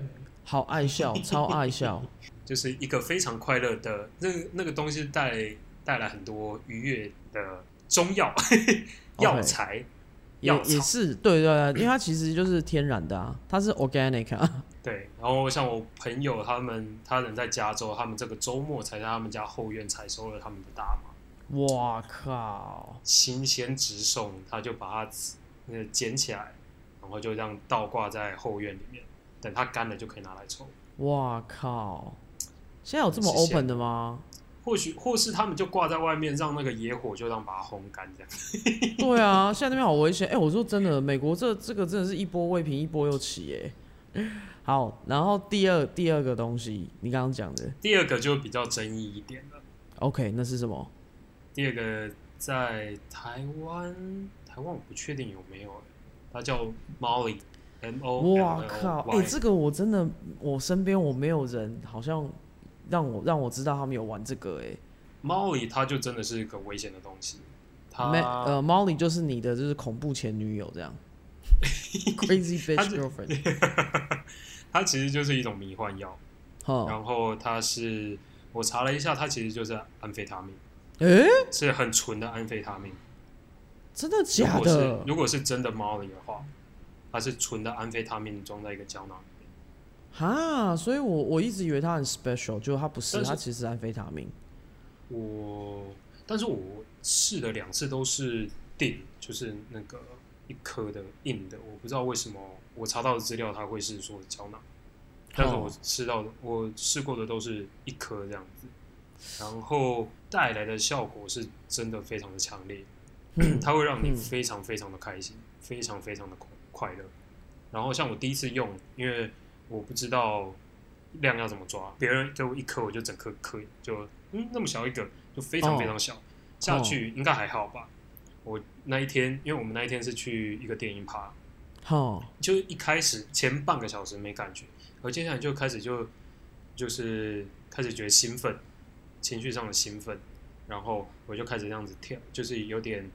Speaker 2: 好爱 笑，超爱笑。
Speaker 1: 就是一个非常快乐的，那那个东西带来带来很多愉悦的中药 药材
Speaker 2: 也
Speaker 1: 药
Speaker 2: 也
Speaker 1: 草。
Speaker 2: 是，对对对，因为它其实就是天然的啊，它是 organic 啊，
Speaker 1: 对，然后像我朋友他们，他人在加州，他们这个周末才在他们家后院采收了他们的大麻，
Speaker 2: 哇靠，
Speaker 1: 新鲜直送，他就把它呃捡起来，然后就这样倒挂在后院里面，等它干了就可以拿来抽。
Speaker 2: 哇靠，现在有这么
Speaker 1: 很新鲜
Speaker 2: open 的吗？
Speaker 1: 或许或是他们就挂在外面，让那个野火就让把它烘干这样。
Speaker 2: 对啊， 现在那边好危险。哎、我说真的，美国这这个真的是一波未平一波又起耶。好，然后第二第二个东西，你刚刚讲的
Speaker 1: 第二个就比较争议一点了。
Speaker 2: ，OK，那是什么？
Speaker 1: 第二个在台湾，台湾我不确定有没有欸，它叫 Molly，M O L
Speaker 2: 哇
Speaker 1: L
Speaker 2: 靠！哎、
Speaker 1: Y，
Speaker 2: 这个我真的，我身边我没有人好像让我让我知道他们有玩这个哎、
Speaker 1: Molly 它就真的是一个危险的东西，它
Speaker 2: 没呃，Molly 就是你的就是恐怖前女友 这样，Crazy
Speaker 1: 他
Speaker 2: bitch
Speaker 1: 是
Speaker 2: girlfriend。
Speaker 1: 它其实就是一种迷幻药，
Speaker 2: 哈，
Speaker 1: 然后它是我查了一下，它其实就是安非他命，
Speaker 2: 哎、
Speaker 1: 是很纯的安非他命。
Speaker 2: 真的
Speaker 1: 如
Speaker 2: 假
Speaker 1: 果是
Speaker 2: 的？
Speaker 1: 如果是真的 Molly 的话，它是纯的安非他命装在一个胶囊里面，
Speaker 2: 哈，所以我我一直以为它很 special，就它不是，
Speaker 1: 但是
Speaker 2: 它其实是安非他命。
Speaker 1: 我但是我试了两次都是定，就是那个一颗的硬的，我不知道为什么我查到的资料它会是说胶囊，但是我
Speaker 2: 哦
Speaker 1: 吃到的我试过的都是一颗这样子，然后带来的效果是真的非常的强烈， 它会让你
Speaker 2: 嗯
Speaker 1: 非常非常的开心，非常非常的快快乐。然后像我第一次用，因为我不知道量要怎么抓，别人给我一颗我就整颗颗，就嗯那么小一个，就非常
Speaker 2: 哦
Speaker 1: 非常小，下去应该还好吧。我那一天，因为我们那一天是去一个电影趴，
Speaker 2: 好，
Speaker 1: 就一开始前半个小时没感觉，然后接下来就开始就就是开始觉得兴奋，情绪上的兴奋，然后我就开始这样子跳，就是有点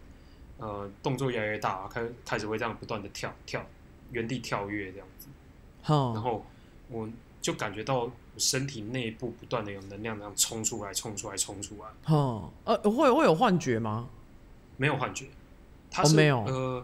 Speaker 1: 呃动作越来越大，开开始会这样不断的跳跳，原地跳跃这样子，然
Speaker 2: 好，
Speaker 1: 后我就感觉到我身体内部不断的有能量这样冲出来，冲出来，冲出来，
Speaker 2: 好，呃，会会有幻觉吗？
Speaker 1: 没有幻觉，它
Speaker 2: 哦
Speaker 1: 是、
Speaker 2: 没有
Speaker 1: 呃，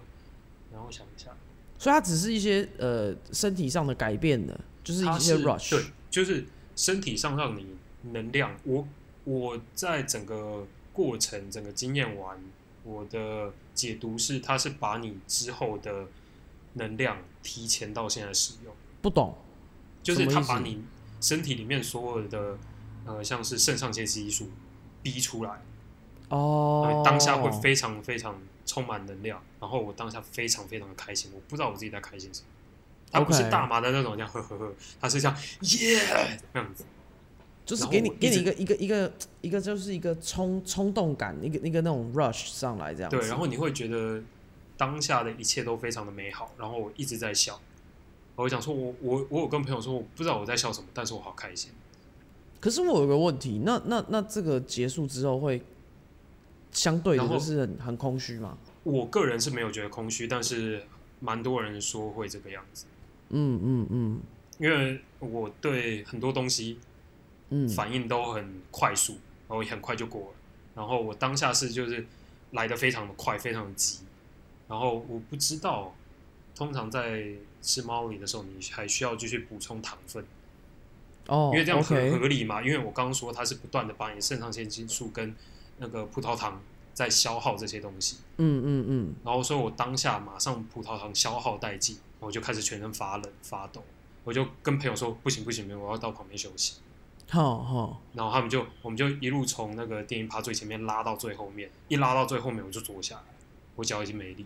Speaker 1: 然后我想一下，
Speaker 2: 所以它只是一些呃身体上的改变的，就是
Speaker 1: 它
Speaker 2: 一些
Speaker 1: 是
Speaker 2: rush。
Speaker 1: 对，就是身体上让你能量。我我在整个过程、整个经验完，我的解读是，它是把你之后的能量提前到现在使用，
Speaker 2: 不懂。
Speaker 1: 就是
Speaker 2: 什么
Speaker 1: 它
Speaker 2: 意思
Speaker 1: 把你身体里面所有的呃，像是肾上腺激素逼出来，
Speaker 2: 哦
Speaker 1: 呃，当下会非常非常充满能量，然后我当下非常非常的开心，我不知道我自己在开心什么。它不是
Speaker 2: OK
Speaker 1: 大麻的那种，这样呵呵呵，它是像耶这样子。
Speaker 2: 就是
Speaker 1: 然后
Speaker 2: 给你
Speaker 1: 我一
Speaker 2: 给你
Speaker 1: 直
Speaker 2: 一个一个一个一个就是一个冲冲动感，一个一个那种 rush 上来这样子。
Speaker 1: 对，然后你会觉得当下的一切都非常的美好，然后我一直在笑。我想说我，我我有跟朋友说，我不知道我在笑什么，但是我好开心。
Speaker 2: 可是我有个问题，那那那这个结束之后会相对的
Speaker 1: 然后
Speaker 2: 就是很很空虚嘛？
Speaker 1: 我个人是没有觉得空虚，但是蛮多人说会这个样子，
Speaker 2: 嗯嗯嗯
Speaker 1: 因为我对很多东西
Speaker 2: 嗯，
Speaker 1: 反应都很快速，然后也很快就过了。然后我当下是就是来的非常的快，非常的急。然后我不知道，通常在吃猫里的时候，你还需要继续补充糖分。
Speaker 2: 哦，
Speaker 1: 因为这样
Speaker 2: o
Speaker 1: 很
Speaker 2: k
Speaker 1: 合理嘛。因为我刚刚说它是不断的把你肾上腺激素跟那个葡萄糖在消耗这些东西，
Speaker 2: 嗯嗯嗯，
Speaker 1: 然后所以我当下马上葡萄糖消耗殆尽，我就开始全身发冷发抖，我就跟朋友说不行不行不行，我要到旁边休息。
Speaker 2: 好好，
Speaker 1: 然后他们就我们就一路从那个电影趴最前面拉到最后面，一拉到最后面我就坐下来，我脚已经没力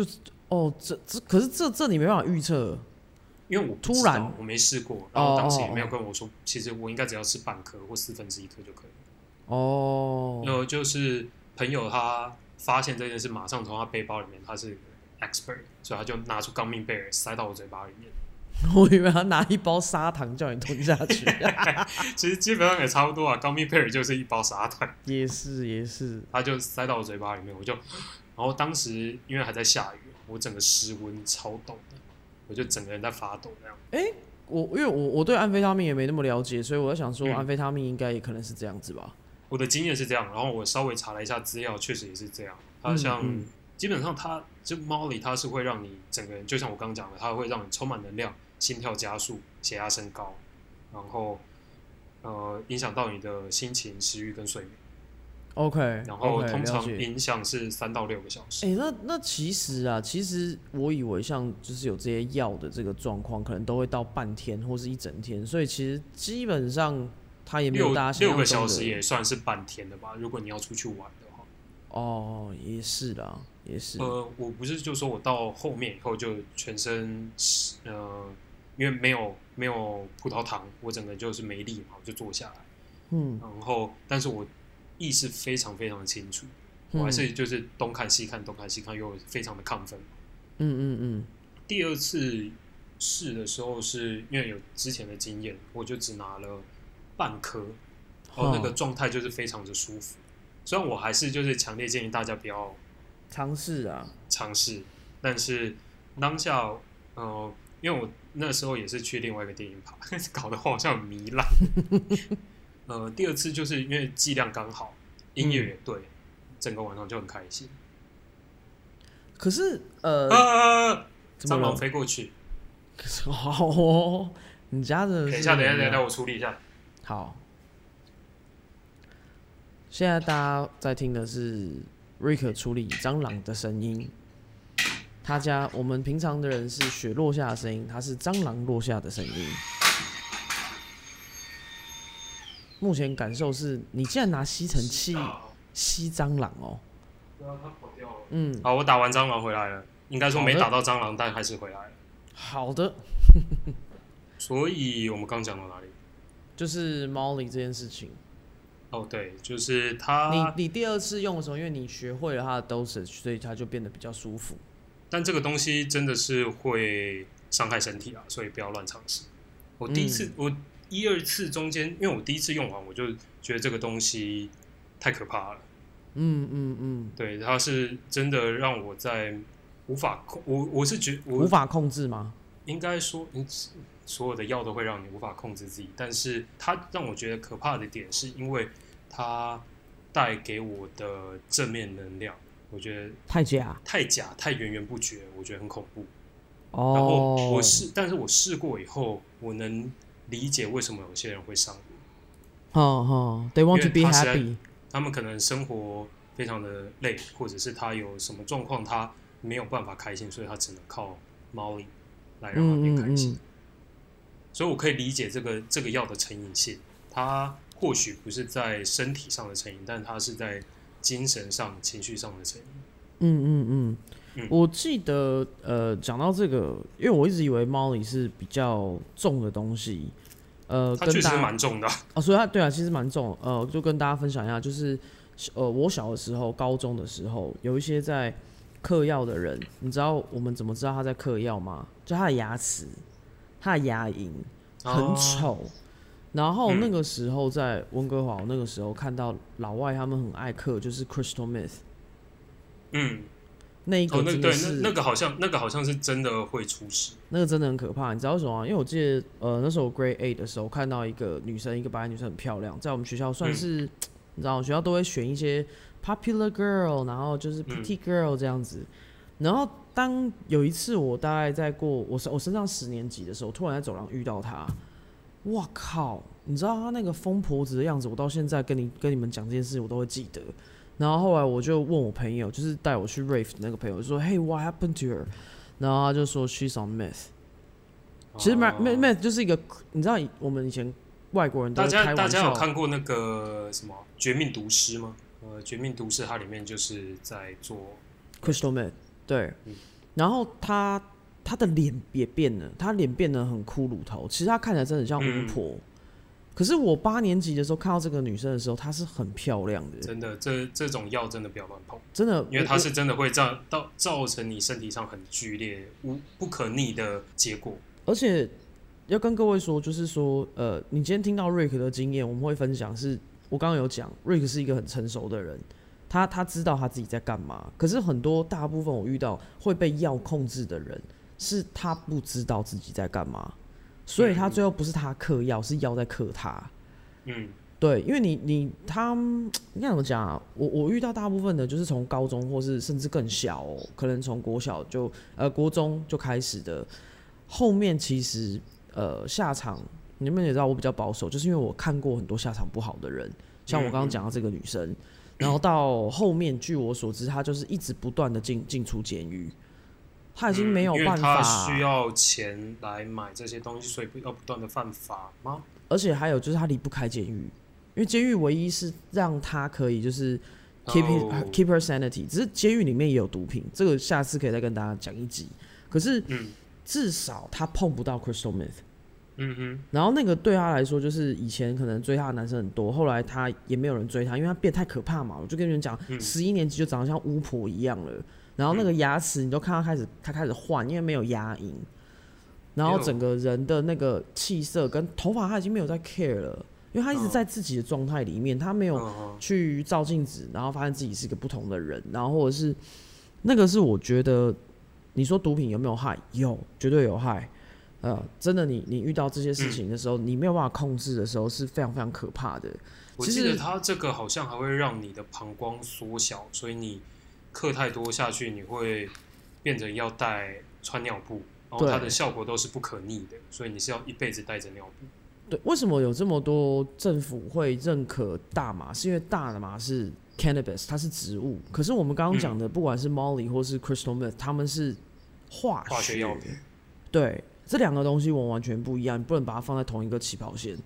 Speaker 1: 了。
Speaker 2: 哦，这这可是这这你没办法预测，
Speaker 1: 因为我不知
Speaker 2: 突
Speaker 1: 道
Speaker 2: 然
Speaker 1: 我没试过，然后当时也没有
Speaker 2: 哦哦
Speaker 1: 跟我说，其实我应该只要吃半颗或四分之一颗就可以了。
Speaker 2: 哦，
Speaker 1: 然后就是朋友他发现这件事，马上从他背包里面，他是 expert，所以他就拿出钢命贝尔塞到我嘴巴里面。
Speaker 2: 我以为他拿一包砂糖叫你吞下去，
Speaker 1: 其实基本上也差不多啊，钢命贝尔就是一包砂糖，
Speaker 2: 也是也是，
Speaker 1: 他就塞到我嘴巴里面，我就，然后当时因为还在下雨，我整个失温超抖的，我就整个人在发抖那样。
Speaker 2: 我因为我我对安非他命也没那么了解，所以我在想说
Speaker 1: 嗯
Speaker 2: 安非他命应该也可能是这样子吧。
Speaker 1: 我的经验是这样，然后我稍微查了一下资料，确实也是这样。它
Speaker 2: 嗯
Speaker 1: 像、
Speaker 2: 嗯
Speaker 1: 基本上它就猫里，它是会让你整个人，就像我刚刚讲的，它会让你充满能量，心跳加速，血压升高，然后呃影响到你的心情、食欲跟睡眠，
Speaker 2: OK，
Speaker 1: 然后
Speaker 2: 哎 OK，
Speaker 1: 通
Speaker 2: 了
Speaker 1: 常
Speaker 2: 解。
Speaker 1: 影响是三到六个小时。
Speaker 2: 哎、那那其实啊，其实我以为像就是有这些药的这个状况，可能都会到半天或是一整天，所以其实基本上它也没
Speaker 1: 六
Speaker 2: 有大家想
Speaker 1: 六
Speaker 2: 象
Speaker 1: 个
Speaker 2: 中
Speaker 1: 小时
Speaker 2: 的
Speaker 1: 也算是半天的吧，如果你要出去玩的话。
Speaker 2: 哦，也是啦，也是。
Speaker 1: 呃，我不是就说我到后面以后就全身是呃，因为没有没有葡萄糖，我整个就是没力嘛，我就坐下来。
Speaker 2: 嗯，
Speaker 1: 然后，但是我意识非常非常清楚，我还是就是东看西看，东看西看，又非常的亢奋。
Speaker 2: 嗯嗯嗯
Speaker 1: 第二次试的时候是，因为有之前的经验，我就只拿了半颗，然后那个
Speaker 2: 哦
Speaker 1: 状态就是非常的舒服。虽然我还是就是强烈建议大家不要
Speaker 2: 嗯，尝试啊，
Speaker 1: 尝试，但是当下，呃，因为我那时候也是去另外一个电影趴， 搞得我好像很糜烂。呃，第二次就是因为剂量刚好，音乐也对，整个晚上就很开心。
Speaker 2: 可是呃，
Speaker 1: 啊！
Speaker 2: 怎么
Speaker 1: 蟑
Speaker 2: 了
Speaker 1: 螂？飞过去，
Speaker 2: 好 哦，你家的
Speaker 1: 等一
Speaker 2: 是
Speaker 1: 下，等一下，
Speaker 2: 怎么
Speaker 1: 等一
Speaker 2: 样
Speaker 1: 下，我处理一下。
Speaker 2: 好，现在大家在听的是瑞克处理蟑螂的声音。他家我们平常的人是雪落下的声音，它是蟑螂落下的声音。目前感受是，你竟然拿吸尘器
Speaker 1: 啊
Speaker 2: 吸蟑螂哦。嗯，
Speaker 1: 好，我打完蟑螂回来了，应该说没
Speaker 2: 好
Speaker 1: 打
Speaker 2: 的
Speaker 1: 到蟑螂，但还是回来了。
Speaker 2: 好的，
Speaker 1: 所以我们刚讲到哪里？
Speaker 2: 就是猫 y 这件事情。
Speaker 1: 哦，对，就是它，
Speaker 2: 你你第二次用的时候，因为你学会了它的 dosage，所以它就变得比较舒服。
Speaker 1: 但这个东西真的是会伤害身体啊，所以不要乱尝试。我第一次，
Speaker 2: 嗯
Speaker 1: 我一二次中间，因为我第一次用完，我就觉得这个东西太可怕了。
Speaker 2: 嗯嗯嗯，
Speaker 1: 对，它是真的让我在无法控，我我是觉我
Speaker 2: 无法控制吗？
Speaker 1: 应该说，嗯，所有的药都会让你无法控制自己，但是它让我觉得可怕的点，是因为它带给我的正面能量，我觉得
Speaker 2: 太假
Speaker 1: 太假、太源源不绝，我觉得很恐怖。然后
Speaker 2: 哦
Speaker 1: 我，试，但是我试过以后，我能理解为什么有些人会上瘾，
Speaker 2: 哼哼，They 哦 want to
Speaker 1: 因
Speaker 2: be
Speaker 1: 为它实在
Speaker 2: happy。
Speaker 1: 他们可能生活非常的累，或者是他有什么状况，他没有办法开心，所以他只能靠猫力来让他变
Speaker 2: 嗯
Speaker 1: 开
Speaker 2: 嗯
Speaker 1: 心。
Speaker 2: 嗯，
Speaker 1: 所以我可以理解这个这个药的成瘾性，它或许不是在身体上的成瘾，但它是在精神上、情绪上的成瘾。
Speaker 2: 嗯嗯嗯
Speaker 1: 嗯，
Speaker 2: 我记得呃，讲到这个，因为我一直以为猫 y 是比较重的东西，呃，
Speaker 1: 它
Speaker 2: 跟
Speaker 1: 确实
Speaker 2: 大
Speaker 1: 是
Speaker 2: 家
Speaker 1: 蛮重的，
Speaker 2: 哦，所以它对啊，其实蛮重。呃，就跟大家分享一下，就是呃，我小的时候，高中的时候，有一些在嗑药的人，你知道我们怎么知道他在嗑药吗？就他的牙齿，他的牙龈很
Speaker 1: 哦
Speaker 2: 丑。然后
Speaker 1: 嗯
Speaker 2: 那个时候在温哥华，我那个时候看到老外他们很爱嗑，就是 crystal meth
Speaker 1: 嗯，
Speaker 2: 那一
Speaker 1: 哦
Speaker 2: 个，
Speaker 1: 那个
Speaker 2: 真的
Speaker 1: 对，
Speaker 2: 是、
Speaker 1: 那那个好像那个好像是真的会出事。
Speaker 2: 那个真的很可怕，你知道为什么吗？因为我记得，呃，那时候我 Grade Eight 的时候，看到一个女生，一个白人女生很漂亮，在我们学校算是，你知道，学校都会选一些 popular girl，然后就是 pretty girl 这样子。然后当有一次我大概在过我我升上十年级的时候，突然在走廊遇到她，哇靠！你知道她那个疯婆子的样子，我到现在跟你跟你们讲这件事情，我都会记得。然后后来我就问我朋友，就是带我去 rave 的那个朋友，就说：“Hey, what happened to her？” 然后他就说 she's on meth。其实 meth
Speaker 1: 哦
Speaker 2: meth meth 就是一个，你知道以我们以前外国人都
Speaker 1: 大
Speaker 2: 会
Speaker 1: 家
Speaker 2: 开
Speaker 1: 大
Speaker 2: 玩
Speaker 1: 家有
Speaker 2: 笑，
Speaker 1: 看过那个什么《绝命毒师》吗？呃，《绝命毒师》它里面就是在做
Speaker 2: crystal meth 对
Speaker 1: 嗯，
Speaker 2: 然后他他的脸也变了，他脸变得很骷髅头，其实他看起来真的很像巫
Speaker 1: 嗯
Speaker 2: 婆。可是我八年级的时候看到这个女生的时候，她是很漂亮的，
Speaker 1: 真的这这种药真的不要乱碰，
Speaker 2: 真的，
Speaker 1: 因为
Speaker 2: 我
Speaker 1: 它是真的会造造造成你身体上很剧烈、无不可逆的结果。
Speaker 2: 而且要跟各位说，就是说，呃，你今天听到瑞克的经验，我们会分享是。我刚刚有讲，瑞克是一个很成熟的人，他他知道他自己在干嘛。可是很多大部分我遇到会被药控制的人，是他不知道自己在干嘛，所以他
Speaker 1: 嗯
Speaker 2: 最后不是他嗑药，是药在嗑他。
Speaker 1: 嗯，
Speaker 2: 对，因为你你他嗯应该怎么讲啊？我我遇到大部分的就是从高中或是甚至更小、哦，可能从国小就呃国中就开始的，后面其实呃下场你们也知道我比较保守，就是因为我看过很多下场不好的人，像我刚
Speaker 1: 嗯
Speaker 2: 刚讲到这个女生，然后到后面据我所知，她就是一直不断的进进出监狱，她已经没有
Speaker 1: 嗯因为
Speaker 2: 办法，
Speaker 1: 他需要钱来买这些东西，所以不要不断的犯法吗？
Speaker 2: 而且还有就是他离不开监狱，因为监狱唯一是让他可以就是 keep his,、
Speaker 1: 哦
Speaker 2: keep her sanity，只是监狱里面也有毒品，这个下次可以再跟大家讲一集。可是
Speaker 1: 嗯
Speaker 2: 至少他碰不到 crystal meth，
Speaker 1: 嗯哼，
Speaker 2: 然后那个对他来说就是以前可能追他的男生很多，后来他也没有人追他，因为他变太可怕嘛。我就跟你们讲，
Speaker 1: 嗯
Speaker 2: 十一年级就长得像巫婆一样了，然后那个牙齿你都看到开始他开始换，因为没有牙龈，然后
Speaker 1: 哟
Speaker 2: 整个人的那个气色跟头发他已经没有在 care 了，因为他一直
Speaker 1: 嗯
Speaker 2: 在自己的状态里面，他没有
Speaker 1: 嗯
Speaker 2: 去照镜子，然后发现自己是个不同的人，然后或者是那个是我觉得，你说毒品有没有害？有，绝对有害。呃，真的你，你遇到这些
Speaker 1: 嗯
Speaker 2: 事情的时候，你没有办法控制的时候，是非常非常可怕的。
Speaker 1: 我
Speaker 2: 其
Speaker 1: 记
Speaker 2: 实
Speaker 1: 得它这个好像还会让你的膀胱缩小，所以你嗑太多下去，你会变成要带穿尿布，然后
Speaker 2: 对
Speaker 1: 它的效果都是不可逆的，所以你是要一辈子带着尿布。
Speaker 2: 对，为什么有这么多政府会认可大麻？是因为大麻是 cannabis，它是植物。可是我们刚
Speaker 1: 嗯
Speaker 2: 刚讲的，不管是 Molly 或是 crystal meth，它们是化
Speaker 1: 化学药品，
Speaker 2: 对，这两个东西我完全不一样，你不能把它放在同一个起跑线。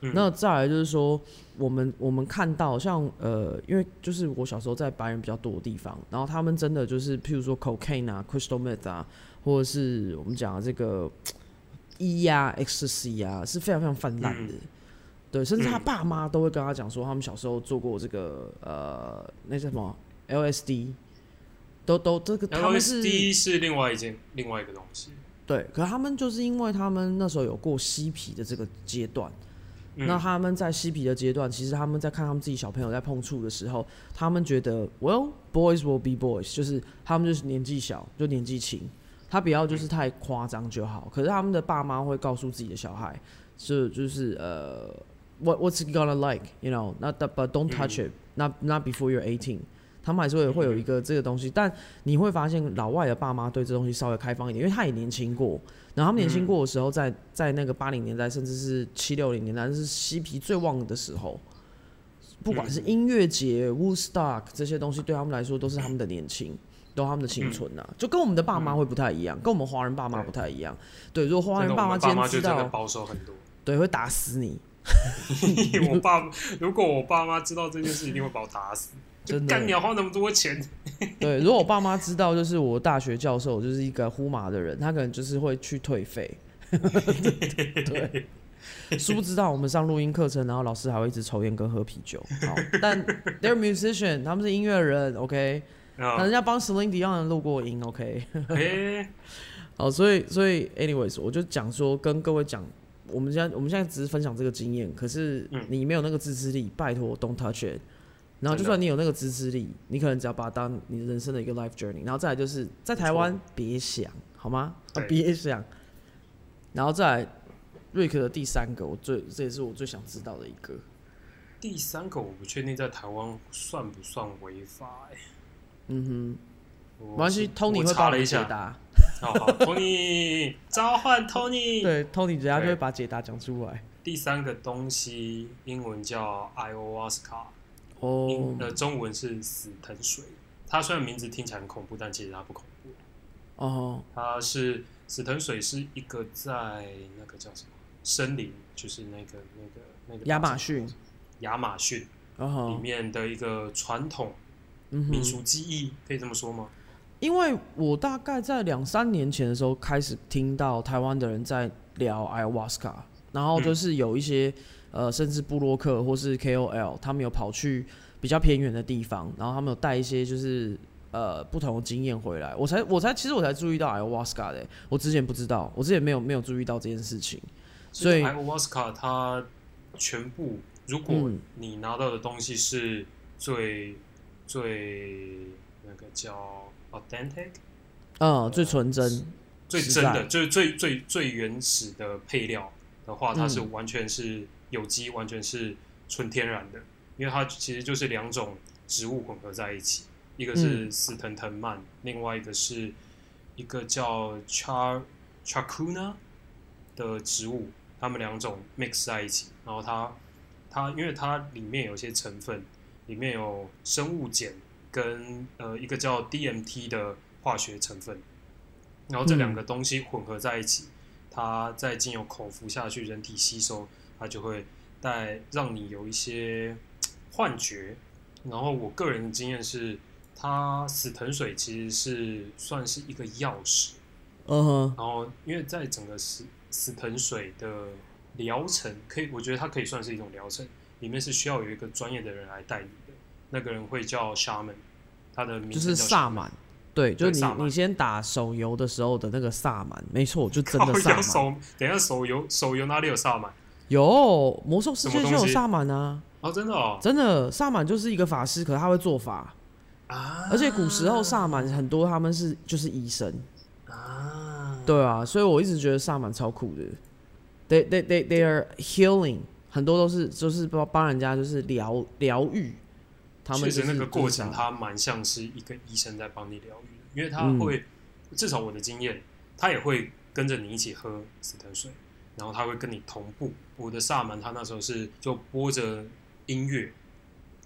Speaker 1: 嗯
Speaker 2: 那再来就是说，我们我们看到像呃，因为就是我小时候在白人比较多的地方，然后他们真的就是譬如说 cocaine 啊、crystal meth 啊，或者是我们讲的这个 E 呀、XC 呀、是非常非常泛滥的。对，甚至他
Speaker 1: 嗯
Speaker 2: 爸妈都会跟他讲说，他们小时候做过这个呃，那叫什么 LSD，都都这个他们是
Speaker 1: LSD 是另外一件另外一个东西。
Speaker 2: 对，可他们就是因为他们那时候有过嬉皮的这个阶段，
Speaker 1: 嗯
Speaker 2: 那他们在嬉皮的阶段，其实他们在看他们自己小朋友在碰触的时候，他们觉得，well boys will be boys，就是他们就是年纪小就年纪轻，他不要就是太夸张就好。可是他们的爸妈会告诉自己的小孩，是就是呃，what what's it gonna like，you know，not that- but don't touch it，not not before you're eighteen。他们还是会会有一个这个东西，但你会发现老外的爸妈对这东西稍微开放一点，因为他也年轻过，然后他们年轻过的时候在，在那个八零年代，甚至是七六零年代，是嬉皮最旺的时
Speaker 1: 嗯
Speaker 2: 候。不管是音乐节、Woodstock 这些东西，对他们来说都是他们的年轻，都是他们的青春呐、啊
Speaker 1: 嗯
Speaker 2: 就跟我们的爸妈会不太一样，跟我们华人爸妈不太一样。对，如果华
Speaker 1: 真的，
Speaker 2: 人爸
Speaker 1: 嗯我
Speaker 2: 妈
Speaker 1: 们
Speaker 2: 今
Speaker 1: 爸
Speaker 2: 天
Speaker 1: 妈就
Speaker 2: 知
Speaker 1: 真的
Speaker 2: 道，
Speaker 1: 保守很 多。
Speaker 2: 对，会打死你，
Speaker 1: 我爸如果我爸妈知道这件事，一定会把我打死。就
Speaker 2: 真的
Speaker 1: 干你要花那么多钱，
Speaker 2: 对，如果我爸妈知道，就是我大学教授就是一个呼麻的人，他可能就是会去退费。 对，殊不知道我们上录音课程，然后老师还会一直抽烟跟喝啤酒。好，但 they're musician，他们是音乐人，OK，那
Speaker 1: 啊
Speaker 2: 人家帮 Celine Dion 录过音，OK。
Speaker 1: 哎，
Speaker 2: 好，所以所以，anyways，我就讲说跟各位讲，我们现在我们现在只是分享这个经验，可是
Speaker 1: 嗯
Speaker 2: 你没有那个自制力，拜托 don't touch it。然后就
Speaker 1: 真的
Speaker 2: 算你有那个自制力，你可能只要把它当你人生的一个 life journey。然后再来就是在台湾别想好吗？啊
Speaker 1: 对
Speaker 2: 别想。然后再来瑞克的第三个，我最这也是我最想知道的一个，
Speaker 1: 第三个我不确定在台湾算不算违法、欸。
Speaker 2: 嗯
Speaker 1: 我
Speaker 2: 哼，没关系
Speaker 1: 我
Speaker 2: ，Tony 会
Speaker 1: 查
Speaker 2: 帮
Speaker 1: 了
Speaker 2: 你
Speaker 1: 一
Speaker 2: 解
Speaker 1: 下。
Speaker 2: 答，
Speaker 1: 哦好好，Tony 召唤 Tony。
Speaker 2: 对，Tony 等下就会
Speaker 1: 对
Speaker 2: 把解答讲出来。
Speaker 1: 第三个东西英文叫 ayahuasca，
Speaker 2: 哦
Speaker 1: 英，呃中文是死藤水。它虽然名字听起来很恐怖，但其实它不恐怖。
Speaker 2: 哦，
Speaker 1: 它是死藤水是一个在那个叫什么森林，就是那个那个那个
Speaker 2: 亚马逊，
Speaker 1: 亚马逊里
Speaker 2: 哦，
Speaker 1: 面的一个传统
Speaker 2: 嗯哼
Speaker 1: 民。俗技艺，可以这么说吗？
Speaker 2: 因为我大概在两三年前的时候开始听到台湾的人在聊 ayahuasca，然后
Speaker 1: 嗯
Speaker 2: 就是有一些、呃，甚至布洛克或是 KOL，他们有跑去比较偏远的地方，然后他们有带一些就是呃不同的经验回来。我才我才其实我才注意到 ayahuasca 的、我之前不知道，我之前没有没有注意到这件事情。所以
Speaker 1: ayahuasca 它全部，如果
Speaker 2: 嗯
Speaker 1: 你拿到的东西是最、最那个叫 authentic
Speaker 2: 嗯，最纯真，
Speaker 1: 最
Speaker 2: 实
Speaker 1: 真
Speaker 2: 在
Speaker 1: 的，就是最最最原始的配料的话，它是
Speaker 2: 嗯
Speaker 1: 完全是有机，完全是纯天然的，因为它其实就是两种植物混合在一起，一个
Speaker 2: 嗯
Speaker 1: 是死藤藤蔓，另外一个是一个叫 char charcuna 的植物，它们两种 mix 在一起，然后它它因为它里面有一些成分，里面有生物碱跟呃一个叫 DMT 的化学成分，然后这两个东西混合在一起，它再经由口服下去，人体吸收，它就会带让你有一些嘖幻觉。然后我个人的经验是，它死藤水其实是算是一个钥匙，
Speaker 2: 嗯哼，
Speaker 1: 然后因为在整个死死藤水的疗程，可以我觉得它可以算是一种疗程，里面是需要有一个专业的人来带你的，那个人会叫 shaman，他的名
Speaker 2: 就
Speaker 1: 字
Speaker 2: 是
Speaker 1: 叫
Speaker 2: 萨
Speaker 1: shaman
Speaker 2: 满。对，就是
Speaker 1: 对萨
Speaker 2: 你
Speaker 1: 满
Speaker 2: 你先打手游的时候的那个萨满，没错，就真的
Speaker 1: 靠
Speaker 2: 萨
Speaker 1: 腰
Speaker 2: 满。
Speaker 1: 哦手，等一下手游手游哪里有萨满？
Speaker 2: 有魔兽世界就
Speaker 1: 什么
Speaker 2: 有
Speaker 1: 东西
Speaker 2: 萨满啊，
Speaker 1: 哦，真的哦
Speaker 2: 真的萨满就是一个法师，可是他会做法，
Speaker 1: 啊！
Speaker 2: 而且古时候萨满很多他们是就是医生，
Speaker 1: 啊，
Speaker 2: 对啊，所以我一直觉得萨满超酷的，they they they they are healing，很多都是就是帮帮人家就是疗疗愈，他们
Speaker 1: 确
Speaker 2: 就
Speaker 1: 实
Speaker 2: 是
Speaker 1: 那个过
Speaker 2: 就是
Speaker 1: 程，
Speaker 2: 这样
Speaker 1: 它蛮像是一个医生在帮你疗愈的，因为他
Speaker 2: 嗯
Speaker 1: 会，至少我的经验，他也会跟着你一起喝死藤水，然后他会跟你同步。我的萨满他那时候是就播着音乐，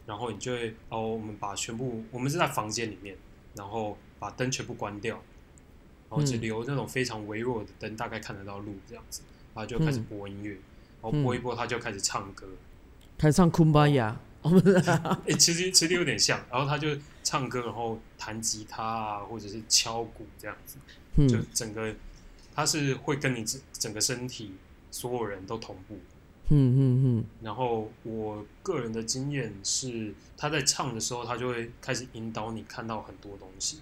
Speaker 1: 然后你就会哦，我们把全部我们是在房间里面，然后把灯全部关掉，然后只
Speaker 2: 嗯
Speaker 1: 留那种非常微弱的灯，大概看得到路这样子，然后就开始
Speaker 2: 嗯
Speaker 1: 播音乐，然后播一播他就开始唱歌。
Speaker 2: 开始唱昆巴雅，哦不是啊，
Speaker 1: 欸，其实其实有点像，然后他就唱歌，然后弹吉他啊，或者是敲鼓这样子，就
Speaker 2: 嗯，
Speaker 1: 整个它是会跟你整整个身体所有人都同步。
Speaker 2: 嗯嗯
Speaker 1: 然后我个人的经验是，他在唱的时候，他就会开始引导你看到很多东西，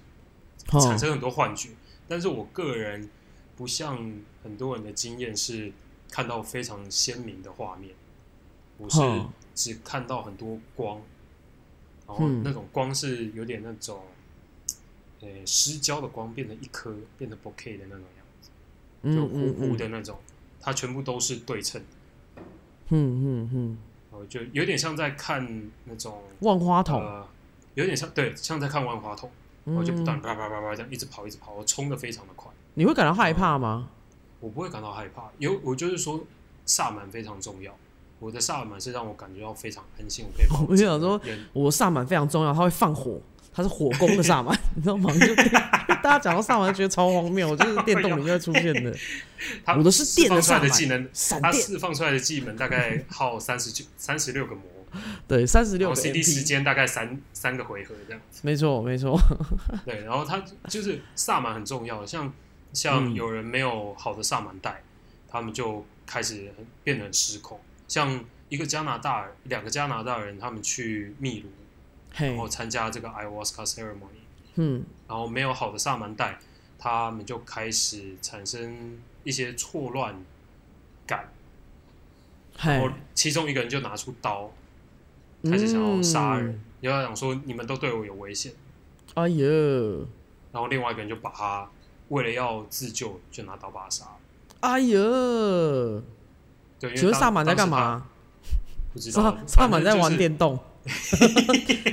Speaker 2: 嗯，
Speaker 1: 产
Speaker 2: 哦，
Speaker 1: 生很多幻觉。但是我个人不像很多人的经验是看到非常鲜明的画面，我是
Speaker 2: 哦
Speaker 1: 只看到很多光，然后
Speaker 2: 嗯
Speaker 1: 那种光是有点那种，呃，失焦的光变成一颗，变成 bouquet 的那种样子，就
Speaker 2: 嗯
Speaker 1: 糊
Speaker 2: 嗯
Speaker 1: 糊
Speaker 2: 嗯
Speaker 1: 的那种，它全部都是对称的。
Speaker 2: 嗯嗯嗯，
Speaker 1: 哦，就有点像在看那种
Speaker 2: 万花筒，
Speaker 1: 呃，有点像对，像在看万花筒，然呃后就不
Speaker 2: 嗯
Speaker 1: 断啪啪啪啪这样一直跑，一直跑，我冲的非常的快，
Speaker 2: 你会感到害怕吗？
Speaker 1: 我不会感到害怕。有我就是说，萨满非常重要，我的萨满是让我感觉到非常安心，我可以把
Speaker 2: 我就想说
Speaker 1: 整个人
Speaker 2: 我萨满非常重要，它会放火，它是火攻的萨满，你知道吗？就大家讲到萨满就觉得超荒谬，就是电动里面会出现的。
Speaker 1: 他
Speaker 2: 我的是
Speaker 1: 释
Speaker 2: 电
Speaker 1: 放
Speaker 2: 的
Speaker 1: 出来
Speaker 2: 萨
Speaker 1: 的
Speaker 2: 满
Speaker 1: 技能，
Speaker 2: 闪
Speaker 1: 他
Speaker 2: 电
Speaker 1: 释放出来的技能大概耗三十九、 三十六个魔，
Speaker 2: 对，三十
Speaker 1: 然
Speaker 2: 六
Speaker 1: 后
Speaker 2: 个
Speaker 1: CD 时
Speaker 2: MP，
Speaker 1: 间大概三三个回合这样。
Speaker 2: 没错没错，
Speaker 1: 对，然后他就是萨满很重要，像像
Speaker 2: 嗯
Speaker 1: 有人没有好的萨满带，他们就开始很变得很失控。像一个加拿大人两个加拿大人，他们去秘鲁，
Speaker 2: 嘿
Speaker 1: 然，后参加这个 ayahuasca ceremony，
Speaker 2: 嗯
Speaker 1: 然后没有好的萨满带，他们就开始产生一些错乱感。然
Speaker 2: 嘿
Speaker 1: 后，其中一个人就拿出刀，开始想要杀人，然后想说你们都对我有危险，
Speaker 2: 哎呦，
Speaker 1: 然后另外一个人就把他为了要自救，就拿刀把他杀了。
Speaker 2: 哎呦，
Speaker 1: 对，因为
Speaker 2: 请问
Speaker 1: 当
Speaker 2: 萨满在
Speaker 1: 当
Speaker 2: 干？
Speaker 1: 时
Speaker 2: 嘛？
Speaker 1: 他不知道
Speaker 2: 萨，萨满在
Speaker 1: 反正就是
Speaker 2: 玩电动。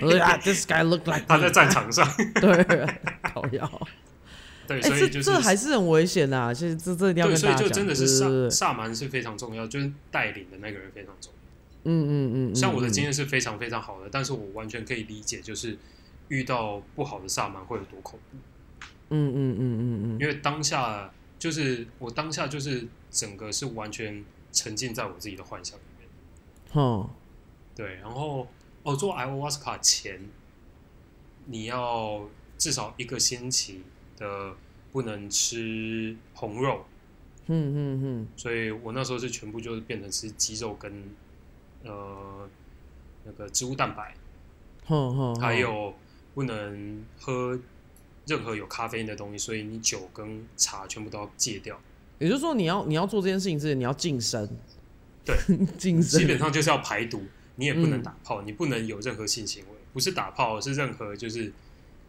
Speaker 2: 我说啊，this guy look like
Speaker 1: 他在
Speaker 2: me
Speaker 1: 战场 上，
Speaker 2: 对，搞笑。
Speaker 1: 对，
Speaker 2: 哎、
Speaker 1: 所以
Speaker 2: 这
Speaker 1: 就是
Speaker 2: 这还是很危险呐、其实这这一定要
Speaker 1: 对，
Speaker 2: 跟
Speaker 1: 所
Speaker 2: 大
Speaker 1: 以
Speaker 2: 家
Speaker 1: 就
Speaker 2: 讲，
Speaker 1: 真的是
Speaker 2: 对对对
Speaker 1: 萨
Speaker 2: 对
Speaker 1: 萨满是非常重要，就是带领的那个人非常重要。
Speaker 2: 嗯嗯嗯嗯，
Speaker 1: 像我的
Speaker 2: 嗯
Speaker 1: 经验是非常非常好的，但是我完全可以理解，就是遇到不好的萨满会有多恐怖，
Speaker 2: 嗯嗯嗯嗯嗯，
Speaker 1: 因为当下就是我当下就是整个是完全沉浸在我自己的幻想里面。
Speaker 2: 哼，
Speaker 1: 对，然后哦，做 ayahuasca 前，你要至少一个星期的不能吃红肉，
Speaker 2: 嗯嗯嗯，
Speaker 1: 所以我那时候是全部就是变成吃鸡肉跟呃那个植物蛋白，
Speaker 2: 哼哼，哼
Speaker 1: 还，有不能喝任何有咖啡因的东西，所以你酒跟茶全部都要戒掉。
Speaker 2: 也就是说你要你要做这件事情之前，你要晋升，
Speaker 1: 对，
Speaker 2: 晋升，
Speaker 1: 基本上就是要排毒，你也不能
Speaker 2: 嗯
Speaker 1: 打炮，你不能有任何性行为，不是打炮，是任何就是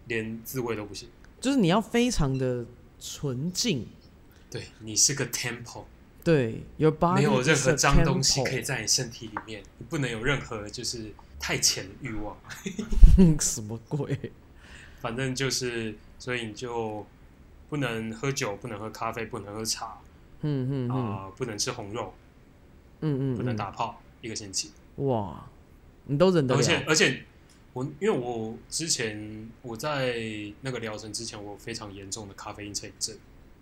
Speaker 1: 连自慰都不行。
Speaker 2: 就是你要非常的纯净，
Speaker 1: 对你是个 temple，
Speaker 2: 对，your body
Speaker 1: 没有任
Speaker 2: is
Speaker 1: 何
Speaker 2: a
Speaker 1: 脏东西
Speaker 2: temple
Speaker 1: 可以在你身体里面，你不能有任何就是太浅的欲望。
Speaker 2: 什么鬼？
Speaker 1: 啊反正就是，所以你就不能喝酒，不能喝咖啡，不能喝茶啊、
Speaker 2: 嗯嗯嗯
Speaker 1: 不能吃红肉，
Speaker 2: 嗯嗯，
Speaker 1: 不能
Speaker 2: 嗯
Speaker 1: 打炮，一个星期。
Speaker 2: 哇，你都忍得
Speaker 1: 而
Speaker 2: 了，
Speaker 1: 且而且我因为我之前我在那个疗程之前，我有非常严重的咖啡因成瘾症，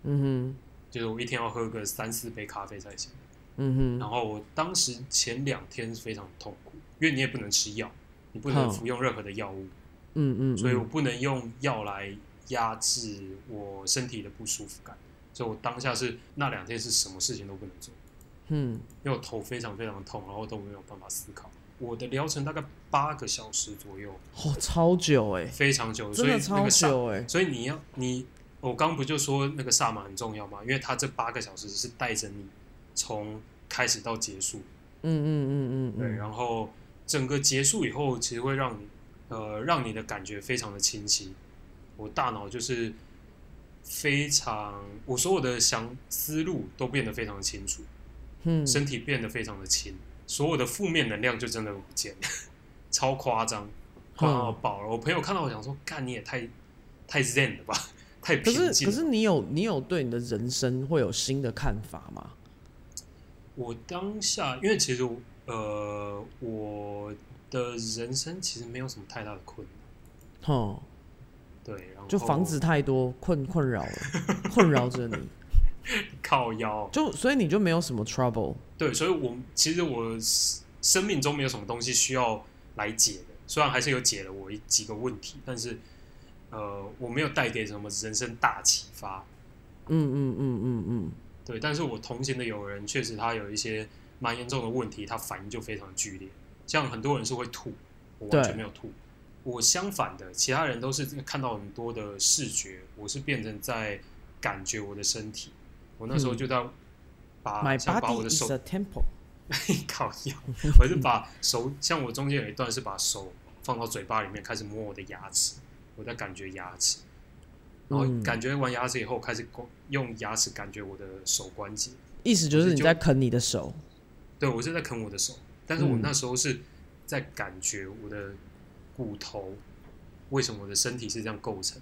Speaker 2: 嗯
Speaker 1: 就是我一天要喝个三四杯咖啡才行。
Speaker 2: 哼嗯
Speaker 1: 然
Speaker 2: 哼，
Speaker 1: 后我当时前两天是非常痛苦，因为你也不能吃药，你不能
Speaker 2: 嗯
Speaker 1: 服用任何的药物，
Speaker 2: 嗯嗯，
Speaker 1: 所以
Speaker 2: 嗯
Speaker 1: 我不能用药来压制我身体的不舒服感。所以我当下是那两天是什么事情都不能做，
Speaker 2: 嗯
Speaker 1: 因为我头非常非常痛，然后都没有办法思考。我的疗程大概八个小时左右，
Speaker 2: 哦超久哎、
Speaker 1: 非常久，所
Speaker 2: 真
Speaker 1: 以
Speaker 2: 的
Speaker 1: 那
Speaker 2: 超
Speaker 1: 个萨，
Speaker 2: 久哎、
Speaker 1: 所以你要你，我刚不就说那个萨满很重要吗？因为他这八个小时是带着你从开始到结束，
Speaker 2: 嗯嗯嗯
Speaker 1: 对，啊
Speaker 2: 嗯嗯，
Speaker 1: 然后整个结束以后，其实会让你呃让你的感觉非常的清晰。我大脑就是非常，我所有的想思路都变得非常的清楚，
Speaker 2: 嗯
Speaker 1: 身体变得非常的轻，所有的负面能量就真的不见了， 超夸张，夸张到爆了。我朋友看到我想说，干你也太太 zen 了吧，太
Speaker 2: 可
Speaker 1: 平静了吧。
Speaker 2: 是可是你有你有对你的人生会有新的看法吗？
Speaker 1: 我当下，因为其实我呃，我的人生其实没有什么太大的困难。哦
Speaker 2: 哼，
Speaker 1: 对，然后
Speaker 2: 就房子太多困困扰了， 困扰着你，
Speaker 1: 靠腰，
Speaker 2: 就所以你就没有什么 trouble。
Speaker 1: 对，所以我其实我生命中没有什么东西需要来解的，虽然还是有解了我一几个问题，但是呃，我没有带给什么人生大启发，
Speaker 2: 嗯嗯嗯嗯嗯，
Speaker 1: 对，但是我同行的友人确实他有一些蛮严重的问题，他反应就非常剧烈。像很多人是会吐，我完全
Speaker 2: 对
Speaker 1: 没有吐。我相反的，其他人都是看到很多的视觉，我是变成在感觉我的身体。我那时候就在把、
Speaker 2: My
Speaker 1: 像啊把我的
Speaker 2: 嗯 body
Speaker 1: 手
Speaker 2: is a temple。
Speaker 1: 烤腰， 我是把手，像我中间有一段是把手放到嘴巴里面，开始摸我的牙齿，我在感觉牙齿，然后
Speaker 2: 嗯
Speaker 1: 感觉完牙齿以后，开始勾用牙齿感觉我的手关节，
Speaker 2: 意思就
Speaker 1: 不
Speaker 2: 是
Speaker 1: 是
Speaker 2: 你
Speaker 1: 就
Speaker 2: 在啃你的手，
Speaker 1: 对我是在啃我的手，但是我
Speaker 2: 嗯
Speaker 1: 那时候是在感觉我的骨头，为什么我的身体是这样构成，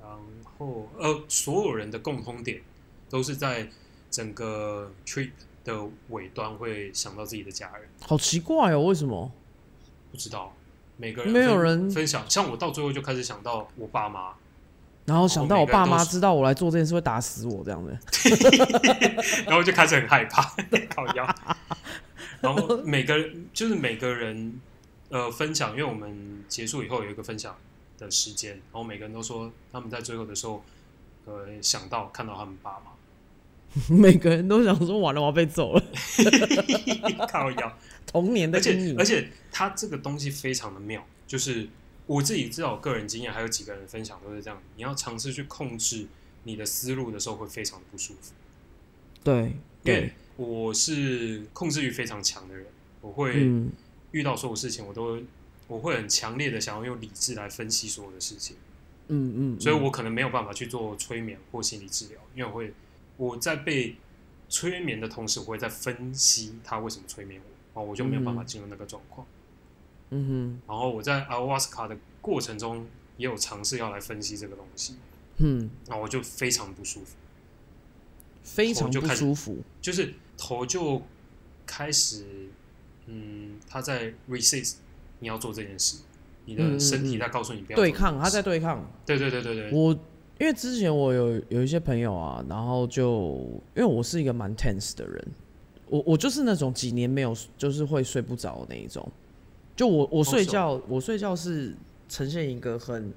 Speaker 1: 然后呃，所有人的共通点都是在整个 trip 的尾端会想到自己的家人。
Speaker 2: 好奇怪哦，为什么？
Speaker 1: 不知道，每个人
Speaker 2: 没有
Speaker 1: 分
Speaker 2: 人
Speaker 1: 分享。像我到最后就开始想到我爸妈，
Speaker 2: 然后想到我
Speaker 1: 哦每个人
Speaker 2: 爸
Speaker 1: 都
Speaker 2: 妈
Speaker 1: 是
Speaker 2: 知道我来做这件事会打死我这样子，
Speaker 1: 然后就开始很害怕， 靠 腰。然后每个人就是每个人呃分享，因为我们结束以后有一个分享的时间，然后每个人都说他们在最后的时候呃想到看到他们爸妈，
Speaker 2: 每个人都想说完了我要被揍了，
Speaker 1: 靠腰。
Speaker 2: 童年的
Speaker 1: 而
Speaker 2: 阴
Speaker 1: 且
Speaker 2: 影
Speaker 1: 而。且他这个东西非常的妙，就是我自己至少个人经验，还有几个人分享都是这样，你要尝试去控制你的思路的时候会非常的不舒服。
Speaker 2: 对
Speaker 1: 因
Speaker 2: 对
Speaker 1: 为，我是控制欲非常强的人，我会
Speaker 2: 嗯
Speaker 1: 遇到所有事情，我都我会很强烈的想要用理智来分析所有的事情，
Speaker 2: 嗯嗯，
Speaker 1: 所以
Speaker 2: 嗯
Speaker 1: 我可能没有办法去做催眠或心理治疗，因为我会我在被催眠的同时，我会在分析他为什么催眠我，哦，我就没有办法
Speaker 2: 嗯
Speaker 1: 进入那个状况。
Speaker 2: 嗯
Speaker 1: 然后我在 ayahuasca 的过程中也有尝试要来分析这个东西，
Speaker 2: 哼嗯，
Speaker 1: 然后我就非常不舒服。
Speaker 2: 非常
Speaker 1: 我就
Speaker 2: 不
Speaker 1: 开始
Speaker 2: 舒服。
Speaker 1: 就是头就开始，嗯，他在 resist 你要做这件事，你
Speaker 2: 嗯嗯
Speaker 1: 的
Speaker 2: 嗯
Speaker 1: 身体在告诉你不要做
Speaker 2: 对抗，
Speaker 1: 这件
Speaker 2: 他
Speaker 1: 事
Speaker 2: 在对抗。
Speaker 1: 对对对对对，
Speaker 2: 我因为之前我有有一些朋友啊，然后就因为我是一个蛮 tense 的人，我我就是那种几年没有就是会睡不着的那一种。就我我
Speaker 1: 好
Speaker 2: 睡
Speaker 1: 爽
Speaker 2: 觉，我睡觉是呈现一个很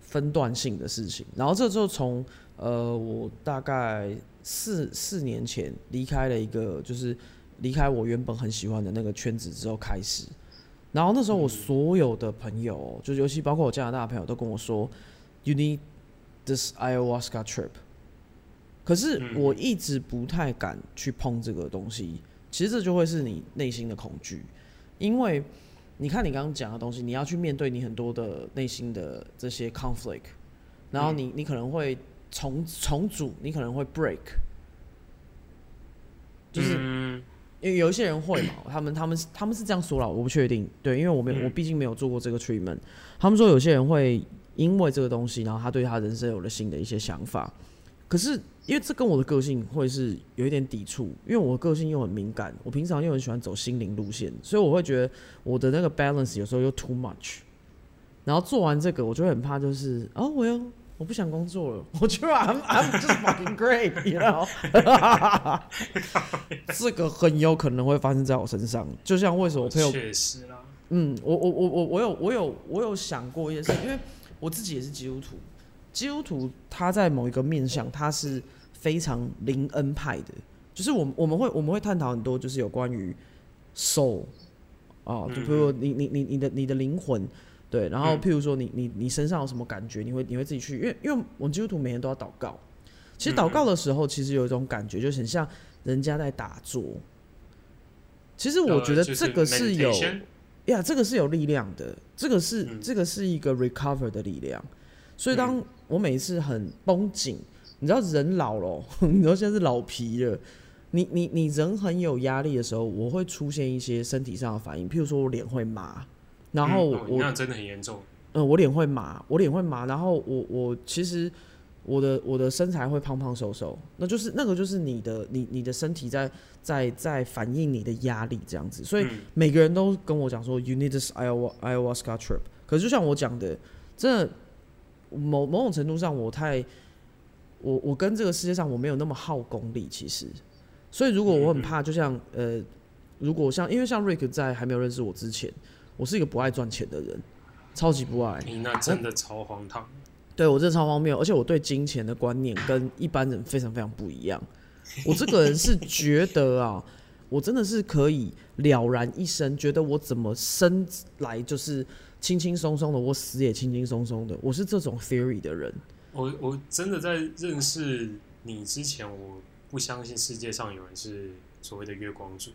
Speaker 2: 分段性的事情。然后这就从呃，我大概四四年前离开了一个，就是离开我原本很喜欢的那个圈子之后开始。然后那时候我所有的朋友，就是尤其包括我加拿大的朋友，都跟我说，You need this ayahuasca trip。可是
Speaker 1: 嗯
Speaker 2: 我一直不太敢去碰这个东西，其实这就会是你内心的恐惧，因为你看你刚刚讲的东西，你要去面对你很多的内心的这些 conflict，然后你、你可能会重重组，你可能会 break，就是
Speaker 1: 嗯
Speaker 2: 因为有一些人会嘛，他们他们是他们是这样说了，我不确定。对，因为我没有，
Speaker 1: 嗯
Speaker 2: 我毕竟没有做过这个 treatment。他们说有些人会因为这个东西，然后他对他人生有了新的一些想法。可是因为这跟我的个性会是有一点抵触，因为我的个性又很敏感，我平常又很喜欢走心灵路线，所以我会觉得我的那个 balance 有时候又 too much。然后做完这个，我就会很怕，就是哦，我又我不想工作了，我觉得 I'm I'm just fucking great，you know 。 这个很有可能会发生在我身上，就像为什么我朋友
Speaker 1: 确实啦，
Speaker 2: 嗯，我我我我我有我有我有想过一些事，因为我自己也是基督徒，基督徒他在某一个面向他是非常灵恩派的，就是我们我们会我们会探讨很多就是有关于 soul 哦，就
Speaker 1: 嗯
Speaker 2: 比如你你你你的你的灵魂。对，然后
Speaker 1: 嗯
Speaker 2: 譬如说你你你身上有什么感觉，你会你会自己去，因为因为我们基督徒每天都要祷告，其实祷告的时候，其实有一种感觉，就很像人家在打坐。其实我
Speaker 1: 呃
Speaker 2: 觉得
Speaker 1: 就
Speaker 2: 这个是有，
Speaker 1: meditation，
Speaker 2: 呀，这个是有力量的，这个是、
Speaker 1: 嗯
Speaker 2: 这个是一个 recover 的力量。所以当我每一次很绷紧，你知道人老了哦， 你知道现在是老皮了，你你你人很有压力的时候，我会出现一些身体上的反应，譬如说我脸会麻，然后
Speaker 1: 嗯
Speaker 2: 我、
Speaker 1: 哦那真的很严重，
Speaker 2: 呃，我脸会麻，我脸会麻，然后我我其实我的我的身材会胖胖瘦瘦，那就是那个就是你的你你的身体在在在反映你的压力这样子，所以
Speaker 1: 嗯
Speaker 2: 每个人都跟我讲说，you need this ayahu- ayahuasca trip。可是就像我讲的，真的某某种程度上，我太我我跟这个世界上我没有那么耗功力，其实，所以如果我很怕，就像呃，如果像因为像 Rick 在还没有认识我之前，我是一个不爱赚钱的人，超级不爱。
Speaker 1: 你那真的超荒唐，
Speaker 2: 对我真的超荒谬，而且我对金钱的观念跟一般人非常非常不一样。我这个人是觉得啊， 我真的是可以了然一生，觉得我怎么生来就是轻轻松松的，我死也轻轻松松的。我是这种 theory 的人。
Speaker 1: 我我真的在认识你之前，我不相信世界上有人是所谓的月光族。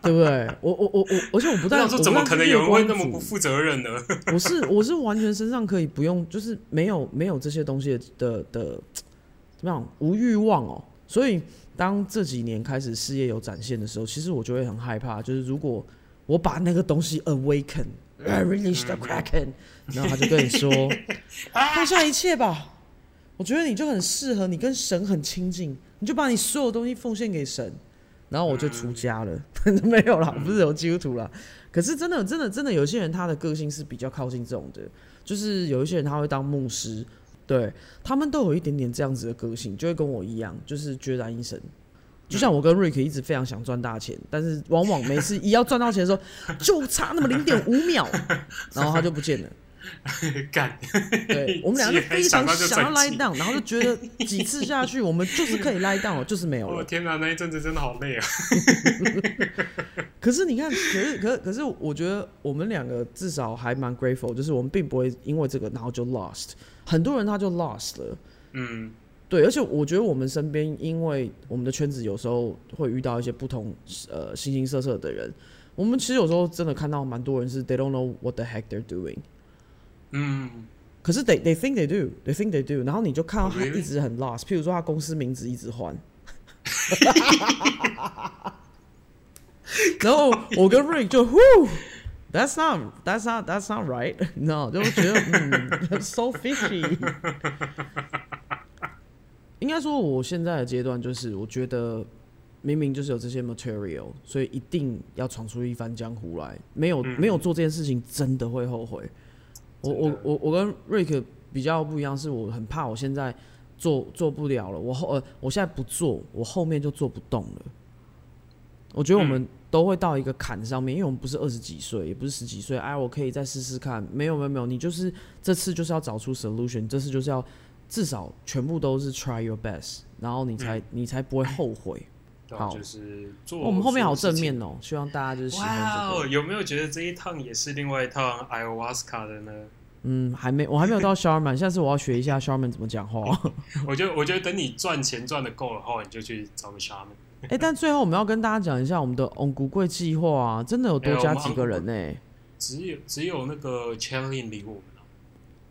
Speaker 2: 对不对？我我我我，而且我不
Speaker 1: 我
Speaker 2: 但
Speaker 1: 想说，怎么可能有人会那么不
Speaker 2: 负？
Speaker 1: 负责任呢？
Speaker 2: 我是我是完全身上可以不用，就是没有没有这些东西的的的怎么样无欲望哦。所以当这几年开始事业有展现的时候，其实我就会很害怕，就是如果我把那个东西 awaken。I release the kraken，然后他就跟你说：“放下一切吧，我觉得你就很适合，你跟神很亲近，你就把你所有东西奉献给神。”然后我就出家了， 没有啦，不是有基督徒啦。可是真的，真的，真的，有些人他的个性是比较靠近这种的，就是有一些人他会当牧师，对他们都有一点点这样子的个性，就会跟我一样，就是决然一生。就像我跟 Rick 一直非常想赚大钱，但是往往每次一要赚到钱的时候， 就差那么零点五秒，然后他就不见了。
Speaker 1: 干，
Speaker 2: 对，我们两个就非常想要 lie
Speaker 1: 想
Speaker 2: down，然后就觉得几次下去，我们就是可以 lie down，了就是没有
Speaker 1: 我
Speaker 2: 了
Speaker 1: 的。天哪，那一阵子真的好累啊！
Speaker 2: 可是你看，可是可可是，我觉得我们两个至少还蛮 grateful，就是我们并不会因为这个然后就 lost。很多人他就 lost 了，
Speaker 1: 嗯，
Speaker 2: 对，而且我觉得我们身边，因为我们的圈子有时候会遇到一些不同呃形形色色的人，我们其实有时候真的看到蛮多人是 they don't know what the heck they're doing。
Speaker 1: 嗯，
Speaker 2: 可是 they they think they do, they think they do，然后你就看到他
Speaker 1: 哦 Really？
Speaker 2: 一直很 lost，譬如说他公司名字一直换。然后我跟 Rick 就 Whoo，that's not that's not that's not right，你知道，就觉得嗯 so fishy。应该说，我现在的阶段就是，我觉得明明就是有这些 material，所以一定要闯出一番江湖来。没有、没有做这件事情，真的会后悔。我我我我跟 Rick 比较不一样，是我很怕我现在做做不了了，我后呃我现在不做，我后面就做不动了。我
Speaker 1: 嗯
Speaker 2: 觉得我们都会到一个坎上面，因为我们不是二十几岁，也不是十几岁，哎，我可以再试试看。没有没有没有，你就是这次就是要找出 solution，这次就是要至少全部都是 try your best，然后你才、你才不会后悔。
Speaker 1: 对啊，
Speaker 2: 好
Speaker 1: 就是嗯 做
Speaker 2: 哦我们后面好正
Speaker 1: 所有事情
Speaker 2: 面哦，希望大家就是喜欢
Speaker 1: 哇
Speaker 2: 这
Speaker 1: 哦，
Speaker 2: 个。
Speaker 1: 有没有觉得这一趟也是另外一趟 ayahuasca 的 呢？
Speaker 2: 嗯，还没我还没有到 Sharman，下次我要学一下 Sharman 怎么讲话。
Speaker 1: 我觉得，我觉得等你赚钱赚的够了后，你就去找个沙门。
Speaker 2: 哎、但最后我们要跟大家讲一下我们的翁古贵计划啊，真的有多
Speaker 1: 哎
Speaker 2: 加
Speaker 1: 我们
Speaker 2: 几个人欸呢、
Speaker 1: 只有只有那个 Chelin 理我们啊，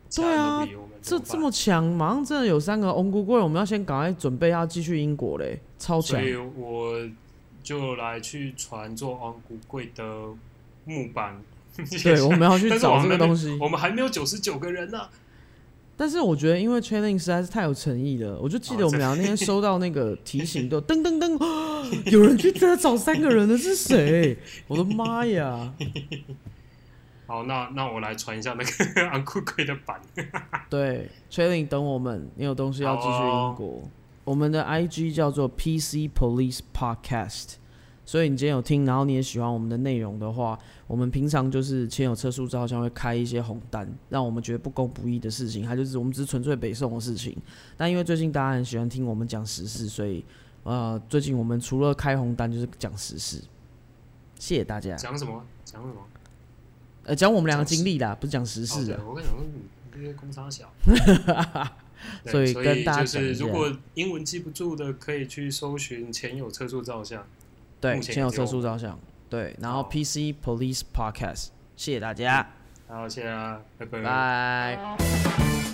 Speaker 1: 其
Speaker 2: 对
Speaker 1: 他人
Speaker 2: 啊
Speaker 1: 都不理我们，
Speaker 2: 这
Speaker 1: 怎
Speaker 2: 这
Speaker 1: 么
Speaker 2: 么强，马上真的有三个翁古贵，我们要先赶快准备要继续英国嘞，超
Speaker 1: 办，
Speaker 2: 强
Speaker 1: 所！以我就来去传做昂古贵的木板。
Speaker 2: 对，我们要去
Speaker 1: 但是我
Speaker 2: 找
Speaker 1: 们
Speaker 2: 这个
Speaker 1: 还没
Speaker 2: 东西。
Speaker 1: 我们还没有九十九个人呢、
Speaker 2: 但是我觉得，因为 training 实在是太有诚意了，我就记得
Speaker 1: 哦
Speaker 2: 我们俩那天收到那个提醒，都噔噔噔， 啊有人去真的找三个人了，是谁？我的妈呀！
Speaker 1: 好，那那我来传一下那个 昂古贵的板。
Speaker 2: 对，training 等我们，你有东西要继续英国。我们的 IG 叫做 PC Police Podcast，所以你今天有听，然后你也喜欢我们的内容的话，我们平常就是前有车速照相会开一些红单，让我们觉得不公不义的事情，还就是我们只是纯粹北宋的事情。但因为最近大家很喜欢听我们讲时事，所以呃，最近我们除了开红单就是讲时事。谢谢大家。
Speaker 1: 讲什么？讲什么？
Speaker 2: 呃，讲我们两个经历啦，不是讲时
Speaker 1: 哦
Speaker 2: 事
Speaker 1: 对
Speaker 2: 啊。
Speaker 1: 我跟你讲，你这些工商 小。对
Speaker 2: 所以
Speaker 1: 所
Speaker 2: 跟
Speaker 1: 以
Speaker 2: 大家
Speaker 1: 就
Speaker 2: 讲一
Speaker 1: 是，
Speaker 2: 下
Speaker 1: 如果英文记不住的，可以去搜寻前有车速照相。
Speaker 2: 对，
Speaker 1: 目前
Speaker 2: 先有
Speaker 1: 也只有
Speaker 2: 车
Speaker 1: 我
Speaker 2: 速照相，对，然
Speaker 1: 好
Speaker 2: 后 PC
Speaker 1: 啊
Speaker 2: Police Podcast，谢谢大家，
Speaker 1: 嗯好，谢谢大家，拜拜。
Speaker 2: 拜。